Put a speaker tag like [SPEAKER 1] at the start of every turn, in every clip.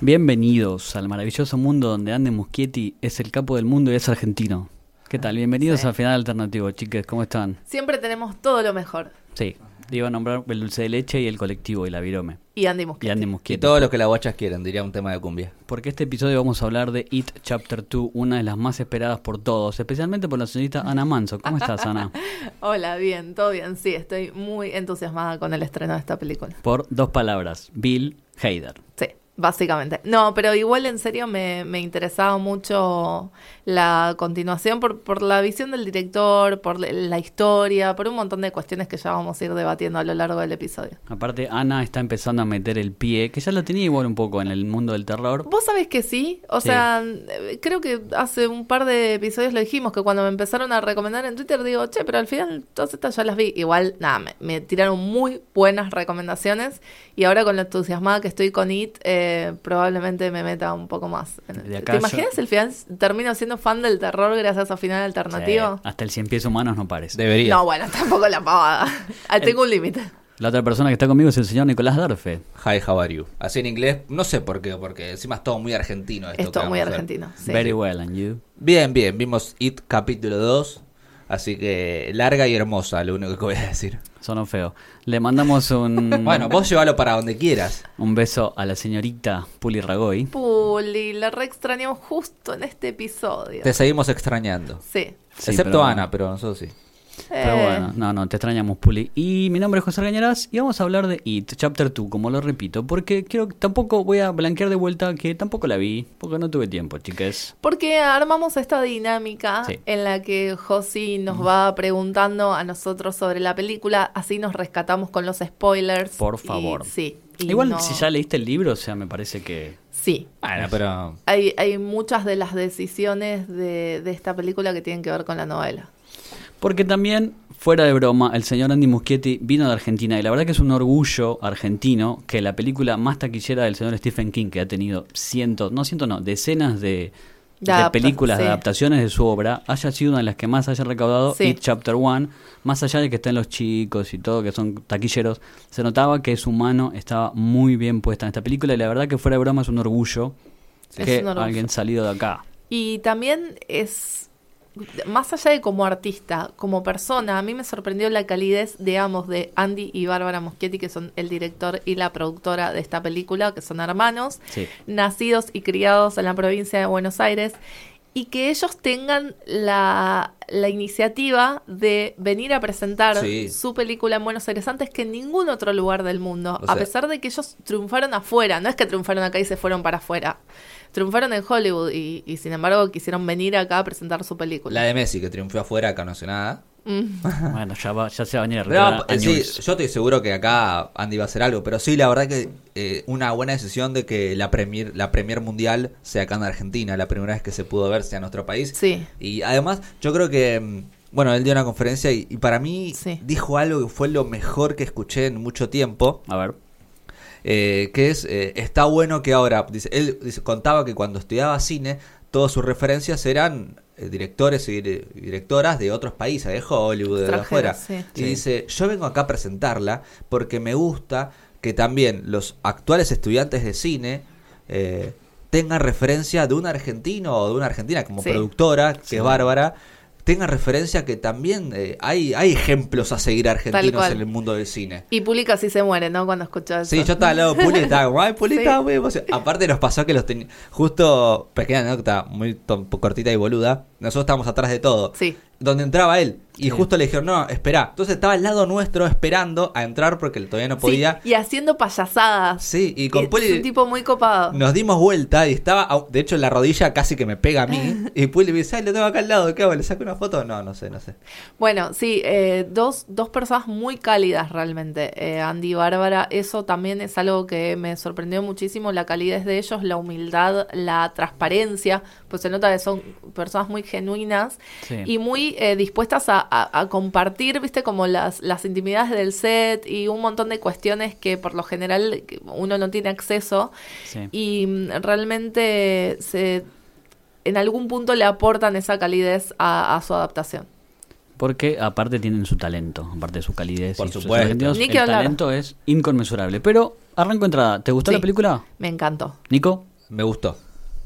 [SPEAKER 1] Bienvenidos al maravilloso mundo donde Andy Muschietti es el capo del mundo y es argentino. ¿Qué tal? Bienvenidos
[SPEAKER 2] Sí.
[SPEAKER 1] a Final Alternativo, chicas. ¿Cómo están?
[SPEAKER 2] Siempre tenemos todo lo mejor.
[SPEAKER 1] Sí, iba a nombrar el dulce de leche y el colectivo y la virome.
[SPEAKER 2] Y Andy
[SPEAKER 1] Y
[SPEAKER 2] Muschietti.
[SPEAKER 1] Andy
[SPEAKER 3] Que
[SPEAKER 1] Muschietti.
[SPEAKER 3] todo lo que las guachas quieran, diría un tema de cumbia.
[SPEAKER 1] Porque este episodio vamos a hablar de It Chapter 2, una de las más esperadas por todos, especialmente por la señorita Ana Manso. ¿Cómo estás, Ana?
[SPEAKER 2] Hola, bien, todo bien. Sí, estoy muy entusiasmada con el estreno de esta película.
[SPEAKER 1] Por dos palabras, Bill Hader.
[SPEAKER 2] Sí, básicamente. No, pero igual en serio me, me interesaba mucho la continuación por, por la visión del director, por la- la historia, por un montón de cuestiones que ya vamos a ir debatiendo a lo largo del episodio.
[SPEAKER 1] Aparte, Ana está empezando a meter el pie, que ya lo tenía igual un poco en el mundo del terror.
[SPEAKER 2] Vos sabés que sí, o
[SPEAKER 1] Sí.
[SPEAKER 2] sea, eh, creo que hace un par de episodios lo dijimos, que cuando me empezaron a recomendar en Twitter digo, che, pero al final todas estas ya las vi. Igual, nada, me, me tiraron muy buenas recomendaciones y ahora con lo entusiasmada que estoy con It, eh, probablemente me meta un poco más. en el-
[SPEAKER 1] De acá yo-
[SPEAKER 2] ¿Te imaginas el final? Termino siendo fan del terror gracias a Final Alternativo.
[SPEAKER 1] Sí, hasta el cien pies humanos no parece.
[SPEAKER 3] Debería.
[SPEAKER 2] No, bueno, tampoco la pavada. Ah, Tengo un límite.
[SPEAKER 1] La otra persona que está conmigo es el señor Nicolás Darfe.
[SPEAKER 3] Hi, how are you? Así en inglés, no sé por qué, porque encima es todo muy argentino. Esto
[SPEAKER 2] Esto
[SPEAKER 3] que
[SPEAKER 2] muy
[SPEAKER 3] vamos a hacer.
[SPEAKER 2] argentino. sí.
[SPEAKER 1] Very well, and you.
[SPEAKER 3] Bien, bien, vimos It capítulo 2, así que larga y hermosa, lo único que voy a decir.
[SPEAKER 1] Sonó feo. Le mandamos un,
[SPEAKER 3] Bueno, vos llévalo para donde quieras.
[SPEAKER 1] un beso a la señorita Puli Ragoy.
[SPEAKER 2] Puli, la re extrañamos justo en este episodio.
[SPEAKER 3] Te seguimos extrañando.
[SPEAKER 2] Sí.
[SPEAKER 1] Sí,
[SPEAKER 3] Excepto
[SPEAKER 1] pero-
[SPEAKER 3] Ana, pero nosotros sí.
[SPEAKER 1] Pero
[SPEAKER 2] Eh,
[SPEAKER 1] bueno, no, no, te extrañamos, Puli. Y mi nombre es José Argañarás y vamos a hablar de It, Chapter 2, como lo repito, porque quiero, tampoco voy a blanquear de vuelta que tampoco la vi, porque no tuve tiempo, chicas.
[SPEAKER 2] Porque armamos esta dinámica
[SPEAKER 1] Sí.
[SPEAKER 2] en la que Josi nos va preguntando a nosotros sobre la película, así nos rescatamos con los spoilers.
[SPEAKER 1] Por
[SPEAKER 2] y-
[SPEAKER 1] favor.
[SPEAKER 2] sí. y
[SPEAKER 1] Igual
[SPEAKER 2] no-
[SPEAKER 1] si ya leíste el libro, o sea, me parece que...
[SPEAKER 2] Sí.
[SPEAKER 3] Bueno, pero
[SPEAKER 2] Hay, hay muchas de las decisiones de, de esta película que tienen que ver con la novela.
[SPEAKER 1] Porque también, fuera de broma, el señor Andy Muschietti vino de Argentina y la verdad que es un orgullo argentino que la película más taquillera del señor Stephen King, que ha tenido cientos, no cientos, no, decenas de,
[SPEAKER 2] De
[SPEAKER 1] de
[SPEAKER 2] adapta-
[SPEAKER 1] películas,
[SPEAKER 2] sí.
[SPEAKER 1] de adaptaciones de su obra, haya sido una de las que más haya recaudado
[SPEAKER 2] Sí.
[SPEAKER 1] y Chapter One, más allá de que estén los chicos y todo, que son taquilleros, se notaba que su mano estaba muy bien puesta en esta película y la verdad que fuera de broma es un orgullo
[SPEAKER 2] Sí.
[SPEAKER 1] que
[SPEAKER 2] Es un orgullo.
[SPEAKER 1] alguien salido de acá.
[SPEAKER 2] Y también es, más allá de como artista, como persona, a mí me sorprendió la calidez de ambos, de Andy y Bárbara Moschetti, que son el director y la productora de esta película, que son hermanos,
[SPEAKER 1] Sí.
[SPEAKER 2] nacidos y criados en la provincia de Buenos Aires, y que ellos tengan la, la iniciativa de venir a presentar
[SPEAKER 3] Sí.
[SPEAKER 2] su película en Buenos Aires antes que en ningún otro lugar del mundo,
[SPEAKER 3] O
[SPEAKER 2] a
[SPEAKER 3] sea-
[SPEAKER 2] pesar de que ellos triunfaron afuera, no es que triunfaron acá y se fueron para afuera. Triunfaron en Hollywood y, y, sin embargo quisieron venir acá a presentar su película.
[SPEAKER 3] la de Messi, que triunfó afuera, acá no hace nada.
[SPEAKER 2] Mm.
[SPEAKER 1] Bueno, ya, va, ya se va a venir a
[SPEAKER 3] Pero,
[SPEAKER 1] arreglar a
[SPEAKER 3] eh, sí,
[SPEAKER 1] Newell's.
[SPEAKER 3] yo estoy seguro que acá Andy va a hacer algo, pero sí, la verdad que eh, una buena decisión de que la Premier, la Premier Mundial sea acá en Argentina, la primera vez que se pudo ver sea en nuestro país.
[SPEAKER 2] Sí.
[SPEAKER 3] Y además, yo creo que, mm, bueno, él dio una conferencia y, y para mí
[SPEAKER 2] Sí.
[SPEAKER 3] dijo algo que fue lo mejor que escuché en mucho tiempo,
[SPEAKER 1] A ver.
[SPEAKER 3] eh, que es, eh, está bueno que ahora, dice, él dice, contaba que cuando estudiaba cine, todas sus referencias eran eh, directores y dire- y directoras de otros países, de Hollywood, de
[SPEAKER 2] Extranjeros,
[SPEAKER 3] afuera.
[SPEAKER 2] sí.
[SPEAKER 3] Y
[SPEAKER 1] Sí.
[SPEAKER 3] dice, yo vengo acá a presentarla porque me gusta que también los actuales estudiantes de cine eh, tengan referencia de un argentino o de una argentina como
[SPEAKER 2] Sí.
[SPEAKER 3] productora, que es Bárbara, tengan referencia que también eh, hay, hay ejemplos a seguir argentinos
[SPEAKER 2] cual.
[SPEAKER 3] en el mundo del cine.
[SPEAKER 2] Y Puli casi se muere, ¿no? Cuando escucha eso.
[SPEAKER 3] Sí, yo estaba al lado de Puli y estaba como, ay, Puli
[SPEAKER 2] Sí.
[SPEAKER 3] estaba muy emocionado. Aparte nos pasó que los tenía, justo, pequeña anécdota, muy tom- cortita y boluda, nosotros estábamos atrás de todo.
[SPEAKER 2] Sí.
[SPEAKER 3] Donde entraba él. Y
[SPEAKER 1] Sí.
[SPEAKER 3] justo le dijeron, no, esperá. Entonces estaba al lado nuestro esperando a entrar porque él todavía no podía.
[SPEAKER 2] Sí, y haciendo payasadas.
[SPEAKER 3] Sí, y con
[SPEAKER 2] Es
[SPEAKER 3] Puli-
[SPEAKER 2] un tipo muy copado.
[SPEAKER 3] Nos dimos vuelta y estaba, au- de hecho, en la rodilla casi que me pega a mí. Y Puli me dice, ay, lo tengo acá al lado, ¿qué hago? ¿Le saco una foto? No, no sé, no sé.
[SPEAKER 2] Bueno, sí, eh, dos, dos personas muy cálidas realmente, eh, Andy y Bárbara. Eso también es algo que me sorprendió muchísimo, la calidez de ellos, la humildad, la transparencia, pues se nota que son personas muy genuinas
[SPEAKER 1] Sí.
[SPEAKER 2] y muy eh, dispuestas a, a- a compartir, viste, como las, las intimidades del set y un montón de cuestiones que por lo general uno no tiene acceso.
[SPEAKER 1] Sí.
[SPEAKER 2] Y mm, realmente se, en algún punto le aportan esa calidez a- a su adaptación.
[SPEAKER 1] Porque aparte tienen su talento, aparte de su calidez.
[SPEAKER 3] Por
[SPEAKER 1] y sus
[SPEAKER 3] supuesto.
[SPEAKER 1] argentinos,
[SPEAKER 2] Ni que
[SPEAKER 1] el
[SPEAKER 2] hablar.
[SPEAKER 1] talento es inconmensurable. Pero arranco entrada. ¿Te gustó
[SPEAKER 2] Sí.
[SPEAKER 1] la película?
[SPEAKER 2] Me encantó.
[SPEAKER 1] Nico,
[SPEAKER 3] Me gustó.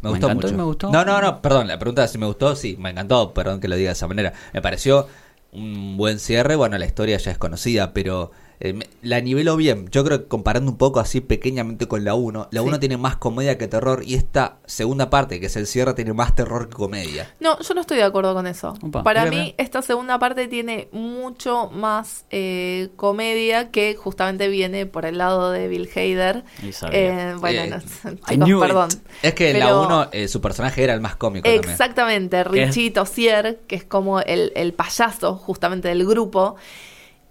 [SPEAKER 3] Me,
[SPEAKER 1] Me
[SPEAKER 3] gustó
[SPEAKER 1] encantó y
[SPEAKER 3] mucho.
[SPEAKER 1] me gustó.
[SPEAKER 3] No, no, no, perdón, la pregunta es si me gustó, sí, me encantó, perdón que lo diga de esa manera. Me pareció un buen cierre, bueno, la historia ya es conocida, pero eh, me- la niveló bien. Yo creo que comparando un poco así pequeñamente con la 1, la
[SPEAKER 2] Sí.
[SPEAKER 3] 1 tiene más comedia que terror y esta segunda parte, que es el cierre, tiene más terror que comedia.
[SPEAKER 2] No, yo no estoy de acuerdo con eso.
[SPEAKER 1] Opa,
[SPEAKER 2] Para
[SPEAKER 1] mira,
[SPEAKER 2] mí,
[SPEAKER 1] mira.
[SPEAKER 2] esta segunda parte tiene mucho más eh, comedia que justamente viene por el lado de Bill Hader.
[SPEAKER 1] Y sabía.
[SPEAKER 2] Eh, bueno,
[SPEAKER 3] Eh,
[SPEAKER 2] no,
[SPEAKER 3] I
[SPEAKER 2] chicos,
[SPEAKER 1] knew it.
[SPEAKER 2] perdón.
[SPEAKER 3] Es que en la
[SPEAKER 2] Pero-
[SPEAKER 3] 1 eh, su personaje era el más cómico también.
[SPEAKER 2] Exactamente,
[SPEAKER 1] Que es-
[SPEAKER 2] Richie Tossier, que es como el, el payaso justamente del grupo.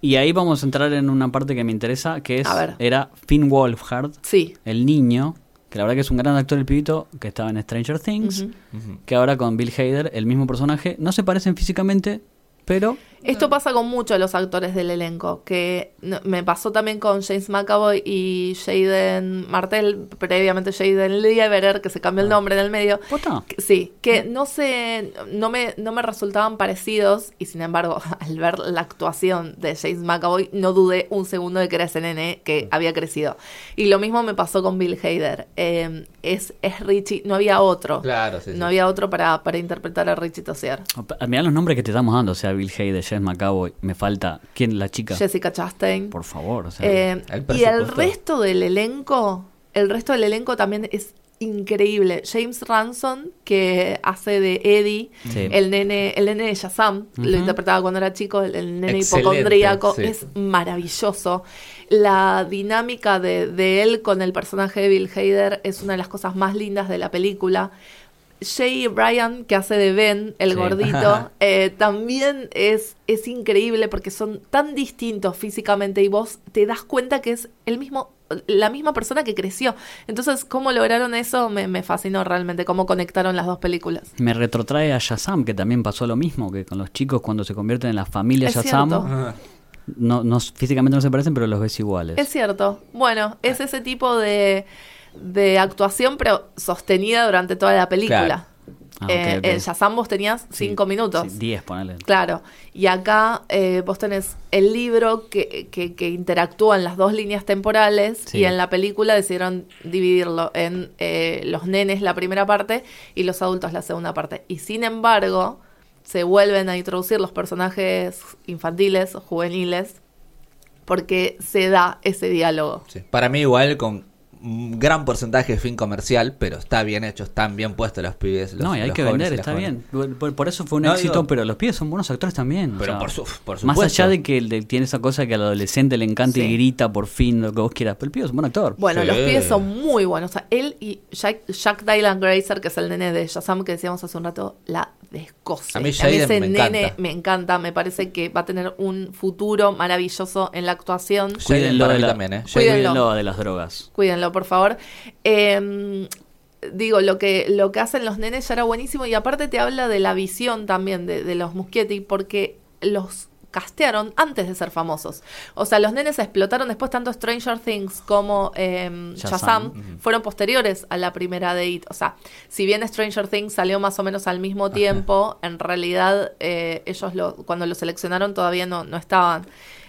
[SPEAKER 1] Y ahí vamos a entrar en una parte que me interesa, que es
[SPEAKER 2] A ver.
[SPEAKER 1] era Finn Wolfhard,
[SPEAKER 2] Sí.
[SPEAKER 1] el niño, que la verdad que es un gran actor el pibito, que estaba en Stranger Things,
[SPEAKER 2] Ujú.
[SPEAKER 3] Ujú.
[SPEAKER 1] que ahora con Bill Hader, el mismo personaje, no se parecen físicamente, pero
[SPEAKER 2] Esto pasa con muchos de los actores del elenco, que no- me pasó también con James McAvoy y Jaden Martel, previamente Jaden Lieberer, que se cambió el
[SPEAKER 3] Ah.
[SPEAKER 2] nombre en el medio.
[SPEAKER 1] ¿posta?
[SPEAKER 2] Que- Sí, que no se, no me, no me resultaban parecidos y sin embargo al ver la actuación de James McAvoy no dudé un segundo de que era ese nene
[SPEAKER 3] Mm.
[SPEAKER 2] que había crecido. Y lo mismo me pasó con Bill Hader. Eh, es, es Richie, no había otro.
[SPEAKER 3] Claro, sí, sí.
[SPEAKER 2] No había otro para, para interpretar a Richie Tossier.
[SPEAKER 1] Mirá los nombres que te estamos dando, o sea, Bill Hader, Jess McAvoy, me falta, ¿quién? La chica.
[SPEAKER 2] Jessica Chastain.
[SPEAKER 1] Por favor, o sea,
[SPEAKER 2] Eh,
[SPEAKER 3] El
[SPEAKER 2] y el
[SPEAKER 3] presupuesto.
[SPEAKER 2] resto del elenco, el resto del elenco también es increíble. James Ransom, que hace de Eddie,
[SPEAKER 1] Sí.
[SPEAKER 2] el nene, el nene de Shazam,
[SPEAKER 1] Ujú.
[SPEAKER 2] lo interpretaba cuando era chico, el, el nene
[SPEAKER 3] Excelente,
[SPEAKER 2] hipocondríaco,
[SPEAKER 3] sí.
[SPEAKER 2] es maravilloso. La dinámica de, de él con el personaje de Bill Hader es una de las cosas más lindas de la película. Jay Bryan, que hace de Ben, el
[SPEAKER 1] Sí.
[SPEAKER 2] gordito, eh, también es, es increíble porque son tan distintos físicamente y vos te das cuenta que es el mismo, la misma persona que creció. Entonces, cómo lograron eso me, me fascinó realmente, cómo conectaron las dos películas.
[SPEAKER 1] me retrotrae a Shazam, que también pasó lo mismo, que con los chicos cuando se convierten en la familia
[SPEAKER 2] Es
[SPEAKER 1] Shazam,
[SPEAKER 2] cierto.
[SPEAKER 3] Ajá.
[SPEAKER 1] no, no- físicamente no se parecen, pero los ves iguales.
[SPEAKER 2] Es cierto. Bueno, es ese tipo de, de actuación, pero sostenida durante toda la película.
[SPEAKER 1] Ah, ok,
[SPEAKER 2] Eh,
[SPEAKER 1] ok.
[SPEAKER 2] En Shazam vos tenías
[SPEAKER 1] Sí,
[SPEAKER 2] cinco minutos.
[SPEAKER 1] sí, diez, ponele.
[SPEAKER 2] Claro, y acá eh, vos tenés el libro que, que, que interactúa en las dos líneas temporales
[SPEAKER 1] Sí.
[SPEAKER 2] y en la película decidieron dividirlo en eh, los nenes la primera parte y los adultos la segunda parte. Y sin embargo, se vuelven a introducir los personajes infantiles o juveniles porque se da ese diálogo.
[SPEAKER 3] Sí. Para mí igual con un gran porcentaje de fin comercial, pero está bien hecho, están bien puestos los pibes. los-
[SPEAKER 1] no, y hay
[SPEAKER 3] los
[SPEAKER 1] que
[SPEAKER 3] jóvenes
[SPEAKER 1] vender,
[SPEAKER 3] y las
[SPEAKER 1] está
[SPEAKER 3] jóvenes.
[SPEAKER 1] bien. Por, por eso fue un
[SPEAKER 3] No,
[SPEAKER 1] éxito,
[SPEAKER 3] digo-
[SPEAKER 1] pero los pibes son buenos actores también. o
[SPEAKER 3] Pero
[SPEAKER 1] sea,
[SPEAKER 3] por su- por
[SPEAKER 1] Más
[SPEAKER 3] supuesto.
[SPEAKER 1] allá de que el de- tiene esa cosa que al adolescente le encanta y
[SPEAKER 2] Sí.
[SPEAKER 1] grita por fin lo que vos quieras, pero el pibe es un buen actor.
[SPEAKER 2] Bueno,
[SPEAKER 3] Sí.
[SPEAKER 2] los pibes son muy buenos. O sea, él y Jack, Jack Dylan Grazer, que es el nene de Shazam que decíamos hace un rato, la descoce.
[SPEAKER 3] A mí Jaden
[SPEAKER 2] ese
[SPEAKER 3] me
[SPEAKER 2] nene
[SPEAKER 3] encanta.
[SPEAKER 2] me encanta. Me parece que va a tener un futuro maravilloso en la actuación.
[SPEAKER 3] Sí.
[SPEAKER 1] Cuídenlo
[SPEAKER 3] para
[SPEAKER 1] de,
[SPEAKER 3] mí
[SPEAKER 1] la-
[SPEAKER 3] también, ¿eh?
[SPEAKER 2] Cuídenlo.
[SPEAKER 1] cuídenlo de las drogas.
[SPEAKER 2] Cuídenlo, por favor. Eh, digo, lo que, lo que hacen los nenes ya era buenísimo. Y aparte te habla de la visión también de, de los Muschietti, porque los castearon antes de ser famosos. O sea, los nenes explotaron después tanto Stranger Things como eh,
[SPEAKER 1] Shazam.
[SPEAKER 2] Shazam, fueron posteriores a la primera de It. O sea, si bien Stranger Things salió más o menos al mismo tiempo, en realidad eh, ellos lo, cuando lo seleccionaron todavía no, no estaban.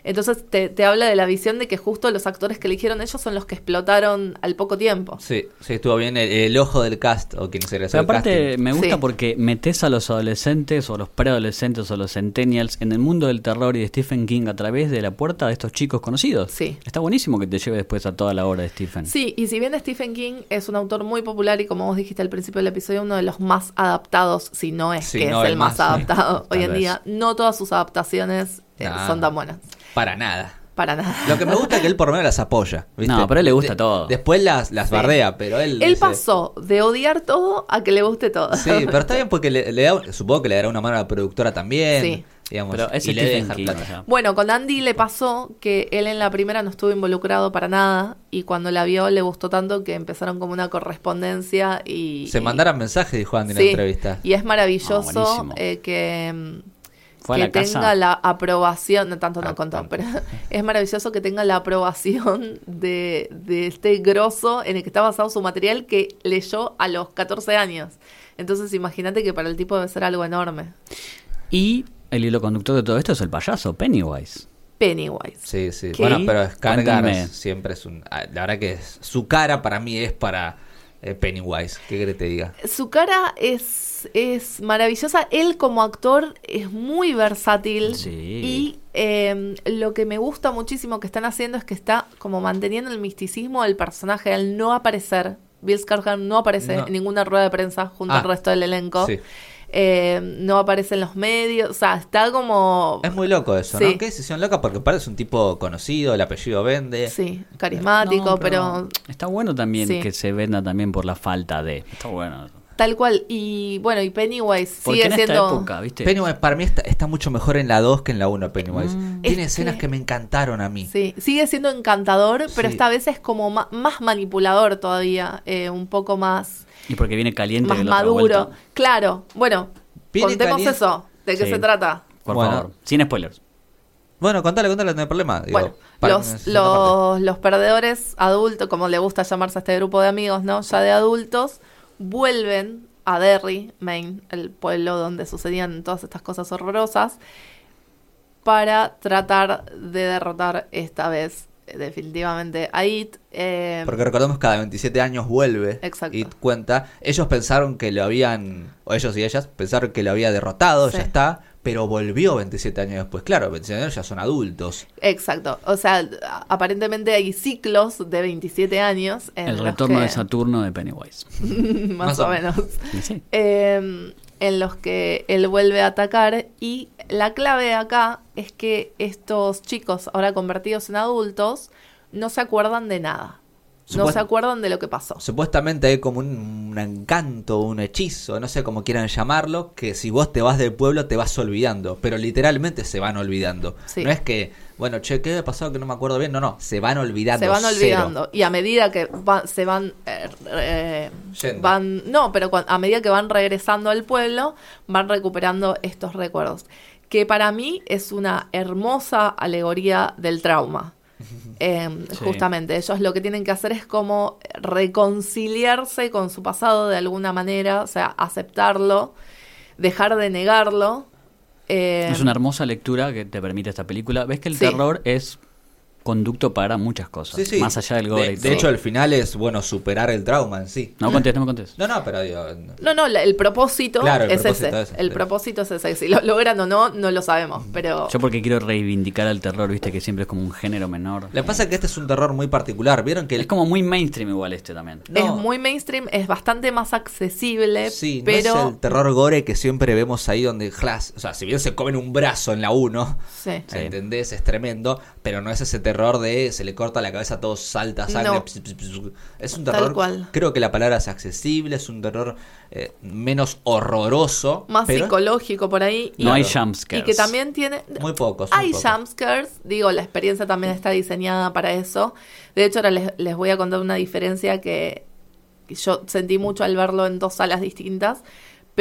[SPEAKER 2] Entonces te, te habla de la visión de que justo los actores que eligieron ellos son los que explotaron al poco tiempo.
[SPEAKER 3] Sí, sí, estuvo bien el, el ojo del cast o quien se le
[SPEAKER 1] Pero aparte
[SPEAKER 3] aparte,
[SPEAKER 1] me gusta
[SPEAKER 2] Sí.
[SPEAKER 1] porque metes a los adolescentes o los preadolescentes o los centennials en el mundo del terror y de Stephen King a través de la puerta de estos chicos conocidos.
[SPEAKER 2] Sí.
[SPEAKER 1] Está buenísimo que te lleve después a toda la obra de Stephen.
[SPEAKER 2] Sí, y si bien Stephen King es un autor muy popular y como vos dijiste al principio del episodio, uno de los más adaptados, si no es
[SPEAKER 3] Si
[SPEAKER 2] que
[SPEAKER 3] no
[SPEAKER 2] es
[SPEAKER 3] el
[SPEAKER 2] el más,
[SPEAKER 3] más,
[SPEAKER 2] adaptado
[SPEAKER 3] tal
[SPEAKER 2] hoy en
[SPEAKER 3] vez.
[SPEAKER 2] día, no todas sus adaptaciones eh,
[SPEAKER 3] No.
[SPEAKER 2] son tan buenas.
[SPEAKER 3] Para nada.
[SPEAKER 2] Para nada.
[SPEAKER 3] Lo que me gusta es que él por lo menos las apoya. ¿viste?
[SPEAKER 1] No, pero a él le gusta todo.
[SPEAKER 3] Después las, las
[SPEAKER 2] Sí.
[SPEAKER 3] bardea, pero él.
[SPEAKER 2] Él
[SPEAKER 3] dice-
[SPEAKER 2] pasó de odiar todo a que le guste todo.
[SPEAKER 3] Sí, pero está bien porque le, le da- supongo que le dará una mano a la productora también.
[SPEAKER 2] Sí.
[SPEAKER 3] Digamos,
[SPEAKER 1] Pero es
[SPEAKER 3] y le debe
[SPEAKER 1] Stephen
[SPEAKER 3] dejar
[SPEAKER 1] King.
[SPEAKER 3] plata.
[SPEAKER 1] o sea.
[SPEAKER 2] Bueno, con Andy le pasó que él en la primera no estuvo involucrado para nada y cuando la vio le gustó tanto que empezaron como una correspondencia y...
[SPEAKER 3] Se
[SPEAKER 2] y-
[SPEAKER 3] mandaron mensajes, dijo Andy en
[SPEAKER 2] Sí,
[SPEAKER 3] la entrevista.
[SPEAKER 2] Y es
[SPEAKER 1] Ah,
[SPEAKER 2] maravilloso
[SPEAKER 1] buenísimo.
[SPEAKER 2] eh, que, mm,
[SPEAKER 1] Fue a
[SPEAKER 2] que
[SPEAKER 1] la casa.
[SPEAKER 2] tenga la aprobación, no tanto no
[SPEAKER 3] Ah,
[SPEAKER 2] contó,
[SPEAKER 3] tanto.
[SPEAKER 2] pero es maravilloso que tenga la aprobación de, de este grosso en el que está basado su material que leyó a los 14 años. Entonces imagínate que para el tipo debe ser algo enorme.
[SPEAKER 1] Y el hilo conductor de todo esto es el payaso Pennywise.
[SPEAKER 2] Pennywise.
[SPEAKER 3] Sí, sí.
[SPEAKER 1] ¿Qué?
[SPEAKER 3] Bueno, pero Skarsgård
[SPEAKER 1] Cuéntame.
[SPEAKER 3] siempre es un. ah, La verdad que es- su cara para mí es para eh, Pennywise. ¿Qué querés que te diga?
[SPEAKER 2] Su cara es, es maravillosa. Él como actor es muy versátil.
[SPEAKER 1] Sí.
[SPEAKER 2] Y eh, lo que me gusta muchísimo que están haciendo es que está como manteniendo el misticismo del personaje al no aparecer. Bill Skarsgård no aparece
[SPEAKER 3] No.
[SPEAKER 2] en ninguna rueda de prensa junto
[SPEAKER 3] Ah.
[SPEAKER 2] al resto del elenco.
[SPEAKER 3] Sí.
[SPEAKER 2] Eh, no aparece en los medios. O sea, está como...
[SPEAKER 3] Es muy loco eso,
[SPEAKER 2] Sí.
[SPEAKER 3] ¿no? Qué decisión loca porque parece un tipo conocido, el apellido vende.
[SPEAKER 2] Sí, carismático,
[SPEAKER 1] No,
[SPEAKER 2] pero...
[SPEAKER 1] Está bueno también
[SPEAKER 2] Sí.
[SPEAKER 1] que se venda también por la falta de. Está bueno.
[SPEAKER 2] Tal cual. Y bueno, y Pennywise
[SPEAKER 1] Porque
[SPEAKER 2] sigue
[SPEAKER 1] en esta
[SPEAKER 2] siendo...
[SPEAKER 1] época, ¿viste?
[SPEAKER 3] Pennywise para mí está, está mucho mejor en la 2 que en la 1 Pennywise. Tiene
[SPEAKER 2] Mm. Es
[SPEAKER 3] escenas
[SPEAKER 2] que-
[SPEAKER 3] que... me encantaron a mí.
[SPEAKER 2] Sí, sigue siendo encantador, pero
[SPEAKER 3] Sí.
[SPEAKER 2] esta vez es como ma- más manipulador todavía, eh, un poco más,
[SPEAKER 1] y porque viene caliente.
[SPEAKER 2] más
[SPEAKER 1] de la otra
[SPEAKER 2] maduro.
[SPEAKER 1] vuelta.
[SPEAKER 2] Claro, bueno,
[SPEAKER 3] Viene
[SPEAKER 2] contemos
[SPEAKER 3] caliente.
[SPEAKER 2] eso, de qué
[SPEAKER 1] Sí.
[SPEAKER 2] se trata.
[SPEAKER 1] Por
[SPEAKER 3] Bueno.
[SPEAKER 1] favor, sin spoilers.
[SPEAKER 2] Eh,
[SPEAKER 3] Bueno, contale, contale, no hay problema. Digo,
[SPEAKER 2] bueno,
[SPEAKER 3] para-
[SPEAKER 2] los,
[SPEAKER 3] es otra
[SPEAKER 2] los,
[SPEAKER 3] parte.
[SPEAKER 2] los perdedores adultos, como le gusta llamarse a este grupo de amigos, ¿no? Ya de adultos, vuelven a Derry, Maine, el pueblo donde sucedían todas estas cosas horrorosas, para tratar de derrotar esta vez eh, definitivamente a It. eh,
[SPEAKER 3] Porque recordemos que cada 27 años vuelve
[SPEAKER 2] Exacto.
[SPEAKER 3] y cuenta. Ellos pensaron que lo habían, o ellos y ellas, pensaron que lo había derrotado,
[SPEAKER 2] Sí.
[SPEAKER 3] ya está, pero volvió 27 años después. Claro, 27 años ya son adultos.
[SPEAKER 2] Exacto. O sea, a- aparentemente hay ciclos de 27 años. en
[SPEAKER 1] El
[SPEAKER 2] los
[SPEAKER 1] retorno
[SPEAKER 2] que-
[SPEAKER 1] de Saturno de Pennywise.
[SPEAKER 2] más
[SPEAKER 3] Más
[SPEAKER 2] o
[SPEAKER 3] o
[SPEAKER 2] menos.
[SPEAKER 1] Y sí.
[SPEAKER 2] Eh, en los que él vuelve a atacar. Y la clave acá es que estos chicos, ahora convertidos en adultos, no se acuerdan de nada. No
[SPEAKER 3] Supuest-
[SPEAKER 2] se acuerdan de lo que pasó.
[SPEAKER 3] Supuestamente hay como un, un encanto, un hechizo, no sé cómo quieran llamarlo, que si vos te vas del pueblo te vas olvidando, pero literalmente se van olvidando.
[SPEAKER 2] Sí.
[SPEAKER 3] No es que, bueno, che, ¿qué me pasó que no me acuerdo bien? No, no, se van olvidando.
[SPEAKER 2] Se van
[SPEAKER 3] cero.
[SPEAKER 2] olvidando. Y a medida que va- se van. eh, eh,
[SPEAKER 3] Yendo.
[SPEAKER 2] van No, pero cua- a medida que van regresando al pueblo, van recuperando estos recuerdos. Que para mí es una hermosa alegoría del trauma. Eh,
[SPEAKER 1] Sí.
[SPEAKER 2] Justamente, ellos lo que tienen que hacer es como reconciliarse con su pasado de alguna manera, o sea, aceptarlo, dejar de negarlo. eh,
[SPEAKER 1] Es una hermosa lectura que te permite esta película. Ves que el
[SPEAKER 2] Sí.
[SPEAKER 1] terror es conducto para muchas cosas.
[SPEAKER 3] Sí, sí.
[SPEAKER 1] Más allá del gore.
[SPEAKER 3] De,
[SPEAKER 1] y
[SPEAKER 3] de
[SPEAKER 1] todo.
[SPEAKER 3] hecho, el final es, bueno, superar el trauma en sí.
[SPEAKER 1] No contes, no me contes.
[SPEAKER 3] No, no, pero digo,
[SPEAKER 2] No, no, la- el propósito
[SPEAKER 3] Claro, Mm. el
[SPEAKER 2] es
[SPEAKER 3] propósito
[SPEAKER 2] ese.
[SPEAKER 3] es-
[SPEAKER 2] el propósito es ese. Si lo logran o no, no lo sabemos. Pero
[SPEAKER 1] Yo porque quiero reivindicar al terror, viste que siempre es como un género menor.
[SPEAKER 3] Lo que pasa es que este es un terror muy particular. ¿Vieron que el-
[SPEAKER 1] Es como muy mainstream igual este también.
[SPEAKER 2] es
[SPEAKER 3] no.
[SPEAKER 2] muy mainstream, es bastante más accesible.
[SPEAKER 3] Sí, no
[SPEAKER 2] pero.
[SPEAKER 3] es el terror gore que siempre vemos ahí donde, clas- o sea, si bien se comen un brazo en la 1,
[SPEAKER 2] Sí.
[SPEAKER 1] Sí.
[SPEAKER 3] ¿entendés? Es tremendo, pero no es ese terror de se le corta la cabeza, todo salta, sangre.
[SPEAKER 2] No.
[SPEAKER 3] ps, ps, ps, ps. Es un
[SPEAKER 2] Tal
[SPEAKER 3] terror,
[SPEAKER 2] cual.
[SPEAKER 3] creo que la palabra es accesible, es un terror eh, menos horroroso.
[SPEAKER 2] Más
[SPEAKER 3] pero
[SPEAKER 2] psicológico por ahí. y-
[SPEAKER 1] No hay
[SPEAKER 3] Claro.
[SPEAKER 1] jumpscares.
[SPEAKER 2] Y que también tiene.
[SPEAKER 3] Muy pocos. muy
[SPEAKER 2] Hay
[SPEAKER 3] pocos.
[SPEAKER 2] jumpscares, digo, la experiencia también está diseñada para eso. De hecho, ahora les, les voy a contar una diferencia que, que yo sentí mucho al verlo en dos salas distintas,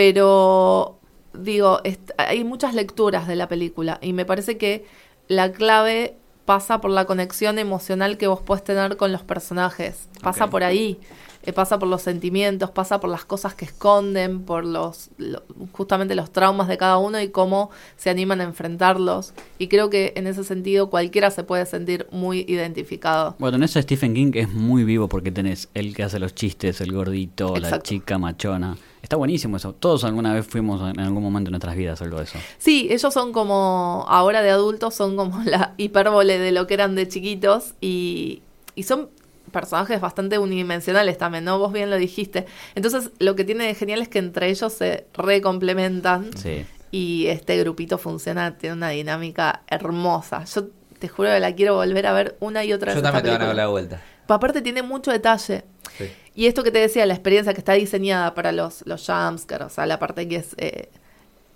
[SPEAKER 2] pero digo, est- hay muchas lecturas de la película y me parece que la clave pasa por la conexión emocional que vos puedes tener con los personajes, pasa
[SPEAKER 1] Ok.
[SPEAKER 2] por ahí. eh, Pasa por los sentimientos, pasa por las cosas que esconden, por los, lo- justamente los traumas de cada uno y cómo se animan a enfrentarlos. Y creo que en ese sentido cualquiera se puede sentir muy identificado.
[SPEAKER 1] Bueno, en eso Stephen King es muy vivo porque tenés el que hace los chistes, el gordito, la
[SPEAKER 2] Exacto.
[SPEAKER 1] chica machona. Está buenísimo eso. Todos alguna vez fuimos en algún momento de nuestras vidas algo de eso.
[SPEAKER 2] Sí, ellos son como, ahora de adultos, son como la hipérbole de lo que eran de chiquitos y, y son personajes bastante unidimensionales también, ¿no? Vos bien lo dijiste. Entonces, lo que tiene de genial es que entre ellos se recomplementan
[SPEAKER 1] Sí.
[SPEAKER 2] y este grupito funciona, tiene una dinámica hermosa. Yo te juro que la quiero volver a ver una y otra vez.
[SPEAKER 3] Yo
[SPEAKER 2] esta
[SPEAKER 3] también te van a dar
[SPEAKER 2] película.
[SPEAKER 3] la vuelta.
[SPEAKER 2] Aparte tiene mucho detalle.
[SPEAKER 3] Sí.
[SPEAKER 2] Y esto que te decía, la experiencia que está diseñada para los, los jumpscares, o sea, la parte que es eh,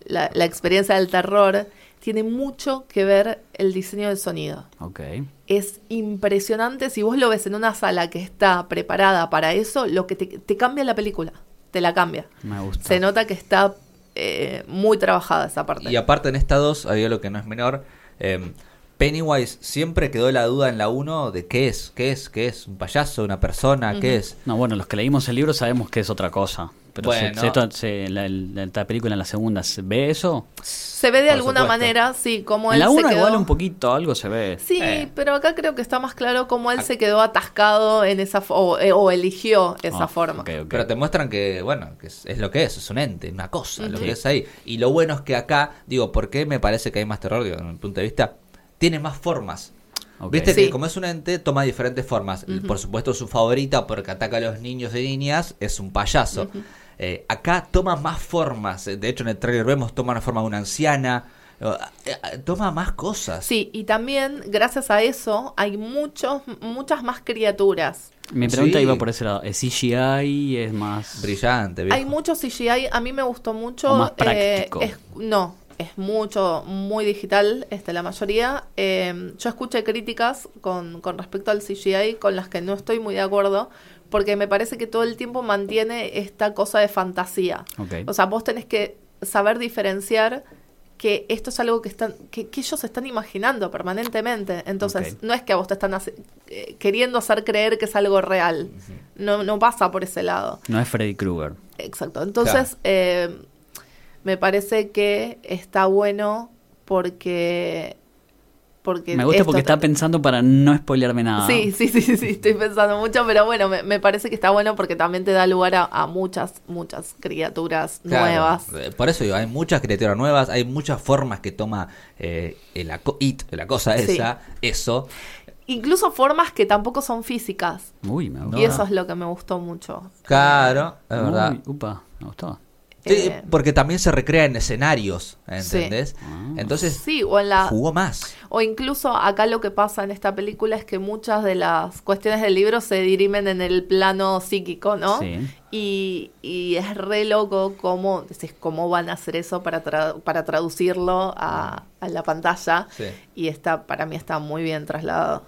[SPEAKER 2] la, la experiencia del terror, tiene mucho que ver el diseño del sonido.
[SPEAKER 1] Ok.
[SPEAKER 2] Es impresionante, si vos lo ves en una sala que está preparada para eso, lo que te, te cambia la película, te la cambia.
[SPEAKER 1] Me gusta.
[SPEAKER 2] Se nota que está eh, muy trabajada esa parte.
[SPEAKER 3] Y aparte en esta 2, hay algo que no es menor. eh, Pennywise siempre quedó la duda en la 1 de qué es, qué es, qué es, un payaso, una persona, qué es.
[SPEAKER 1] No, bueno, los que leímos el libro sabemos que es otra cosa. Pero se-
[SPEAKER 3] Bueno.
[SPEAKER 1] se to- se- la, la- la película en la segunda, ¿se ve eso?
[SPEAKER 2] Se ve de
[SPEAKER 3] Por
[SPEAKER 2] alguna
[SPEAKER 3] supuesto.
[SPEAKER 2] manera, sí, como
[SPEAKER 1] en
[SPEAKER 2] él
[SPEAKER 1] la
[SPEAKER 2] se
[SPEAKER 1] 1
[SPEAKER 2] quedó.
[SPEAKER 1] igual un poquito, algo se ve.
[SPEAKER 2] Sí,
[SPEAKER 3] Eh.
[SPEAKER 2] pero acá creo que está más claro cómo
[SPEAKER 1] Ah.
[SPEAKER 2] él se quedó atascado en esa fo- o, eh, o eligió esa
[SPEAKER 1] Ah,
[SPEAKER 2] forma.
[SPEAKER 1] ok, ok.
[SPEAKER 3] Pero te muestran que, bueno, que es, es lo que es, es un ente, una cosa, lo
[SPEAKER 1] Ujú.
[SPEAKER 3] que es ahí. Y lo bueno es que acá, digo, ¿por qué me parece que hay más terror? Digo, en mi punto de vista, tiene más formas.
[SPEAKER 1] Ok.
[SPEAKER 3] Viste
[SPEAKER 2] Sí.
[SPEAKER 3] que como es un ente, toma diferentes formas. Por supuesto, su favorita, porque ataca a los niños y niñas, es un payaso. Eh, acá toma más formas. De hecho, en el trailer vemos, toma la forma de una anciana. Eh, eh, Toma más cosas.
[SPEAKER 2] Sí, y también gracias a eso hay muchos, muchas más criaturas.
[SPEAKER 1] Mi pregunta
[SPEAKER 3] Sí.
[SPEAKER 1] iba por ese lado. ¿Es CGI? ¿Es más...?
[SPEAKER 3] Brillante, viejo.
[SPEAKER 2] Hay mucho CGI, a mí me gustó mucho.
[SPEAKER 1] O más
[SPEAKER 2] eh,
[SPEAKER 1] práctico.
[SPEAKER 2] es- no, es mucho, muy digital, este, la mayoría. Eh, yo escuché críticas con, con respecto al CGI con las que no estoy muy de acuerdo, porque me parece que todo el tiempo mantiene esta cosa de fantasía.
[SPEAKER 1] Ok.
[SPEAKER 2] O sea, vos tenés que saber diferenciar que esto es algo que están que, que ellos están imaginando permanentemente. Entonces,
[SPEAKER 1] Ok.
[SPEAKER 2] no es que a vos te están hace- eh, queriendo hacer creer que es algo real. No, no pasa por ese lado.
[SPEAKER 1] No es Freddy Krueger.
[SPEAKER 2] Exacto. Entonces, eh, me parece que está bueno porque... porque
[SPEAKER 1] Me gusta
[SPEAKER 2] esto
[SPEAKER 1] porque está
[SPEAKER 2] te-
[SPEAKER 1] pensando para no spoilearme nada.
[SPEAKER 2] Sí, sí, sí, sí, estoy pensando mucho, pero bueno, me, me parece que está bueno porque también te da lugar a, a muchas, muchas criaturas
[SPEAKER 3] Claro.
[SPEAKER 2] nuevas.
[SPEAKER 3] Eh, Por eso digo, hay muchas criaturas nuevas, hay muchas formas que toma eh, el aco- it, la cosa
[SPEAKER 2] Sí.
[SPEAKER 3] esa, eso.
[SPEAKER 2] Incluso formas que tampoco son físicas.
[SPEAKER 1] Uy, me gustó.
[SPEAKER 2] Y eso es lo que me gustó mucho.
[SPEAKER 3] Claro, es verdad.
[SPEAKER 1] Uy, upa, me gustó.
[SPEAKER 3] Sí,
[SPEAKER 2] Eh,
[SPEAKER 3] porque también se recrea en escenarios,
[SPEAKER 2] Sí.
[SPEAKER 3] ¿entendés?
[SPEAKER 1] Ah.
[SPEAKER 3] Entonces
[SPEAKER 2] Sí, o en la
[SPEAKER 3] jugó más.
[SPEAKER 2] o incluso acá lo que pasa en esta película es que muchas de las cuestiones del libro se dirimen en el plano psíquico, ¿no?
[SPEAKER 1] Sí.
[SPEAKER 2] Y, y es re loco cómo, decís, cómo van a hacer eso para, tra- para traducirlo a, a la pantalla.
[SPEAKER 3] Sí.
[SPEAKER 2] Y está, para mí está muy bien trasladado.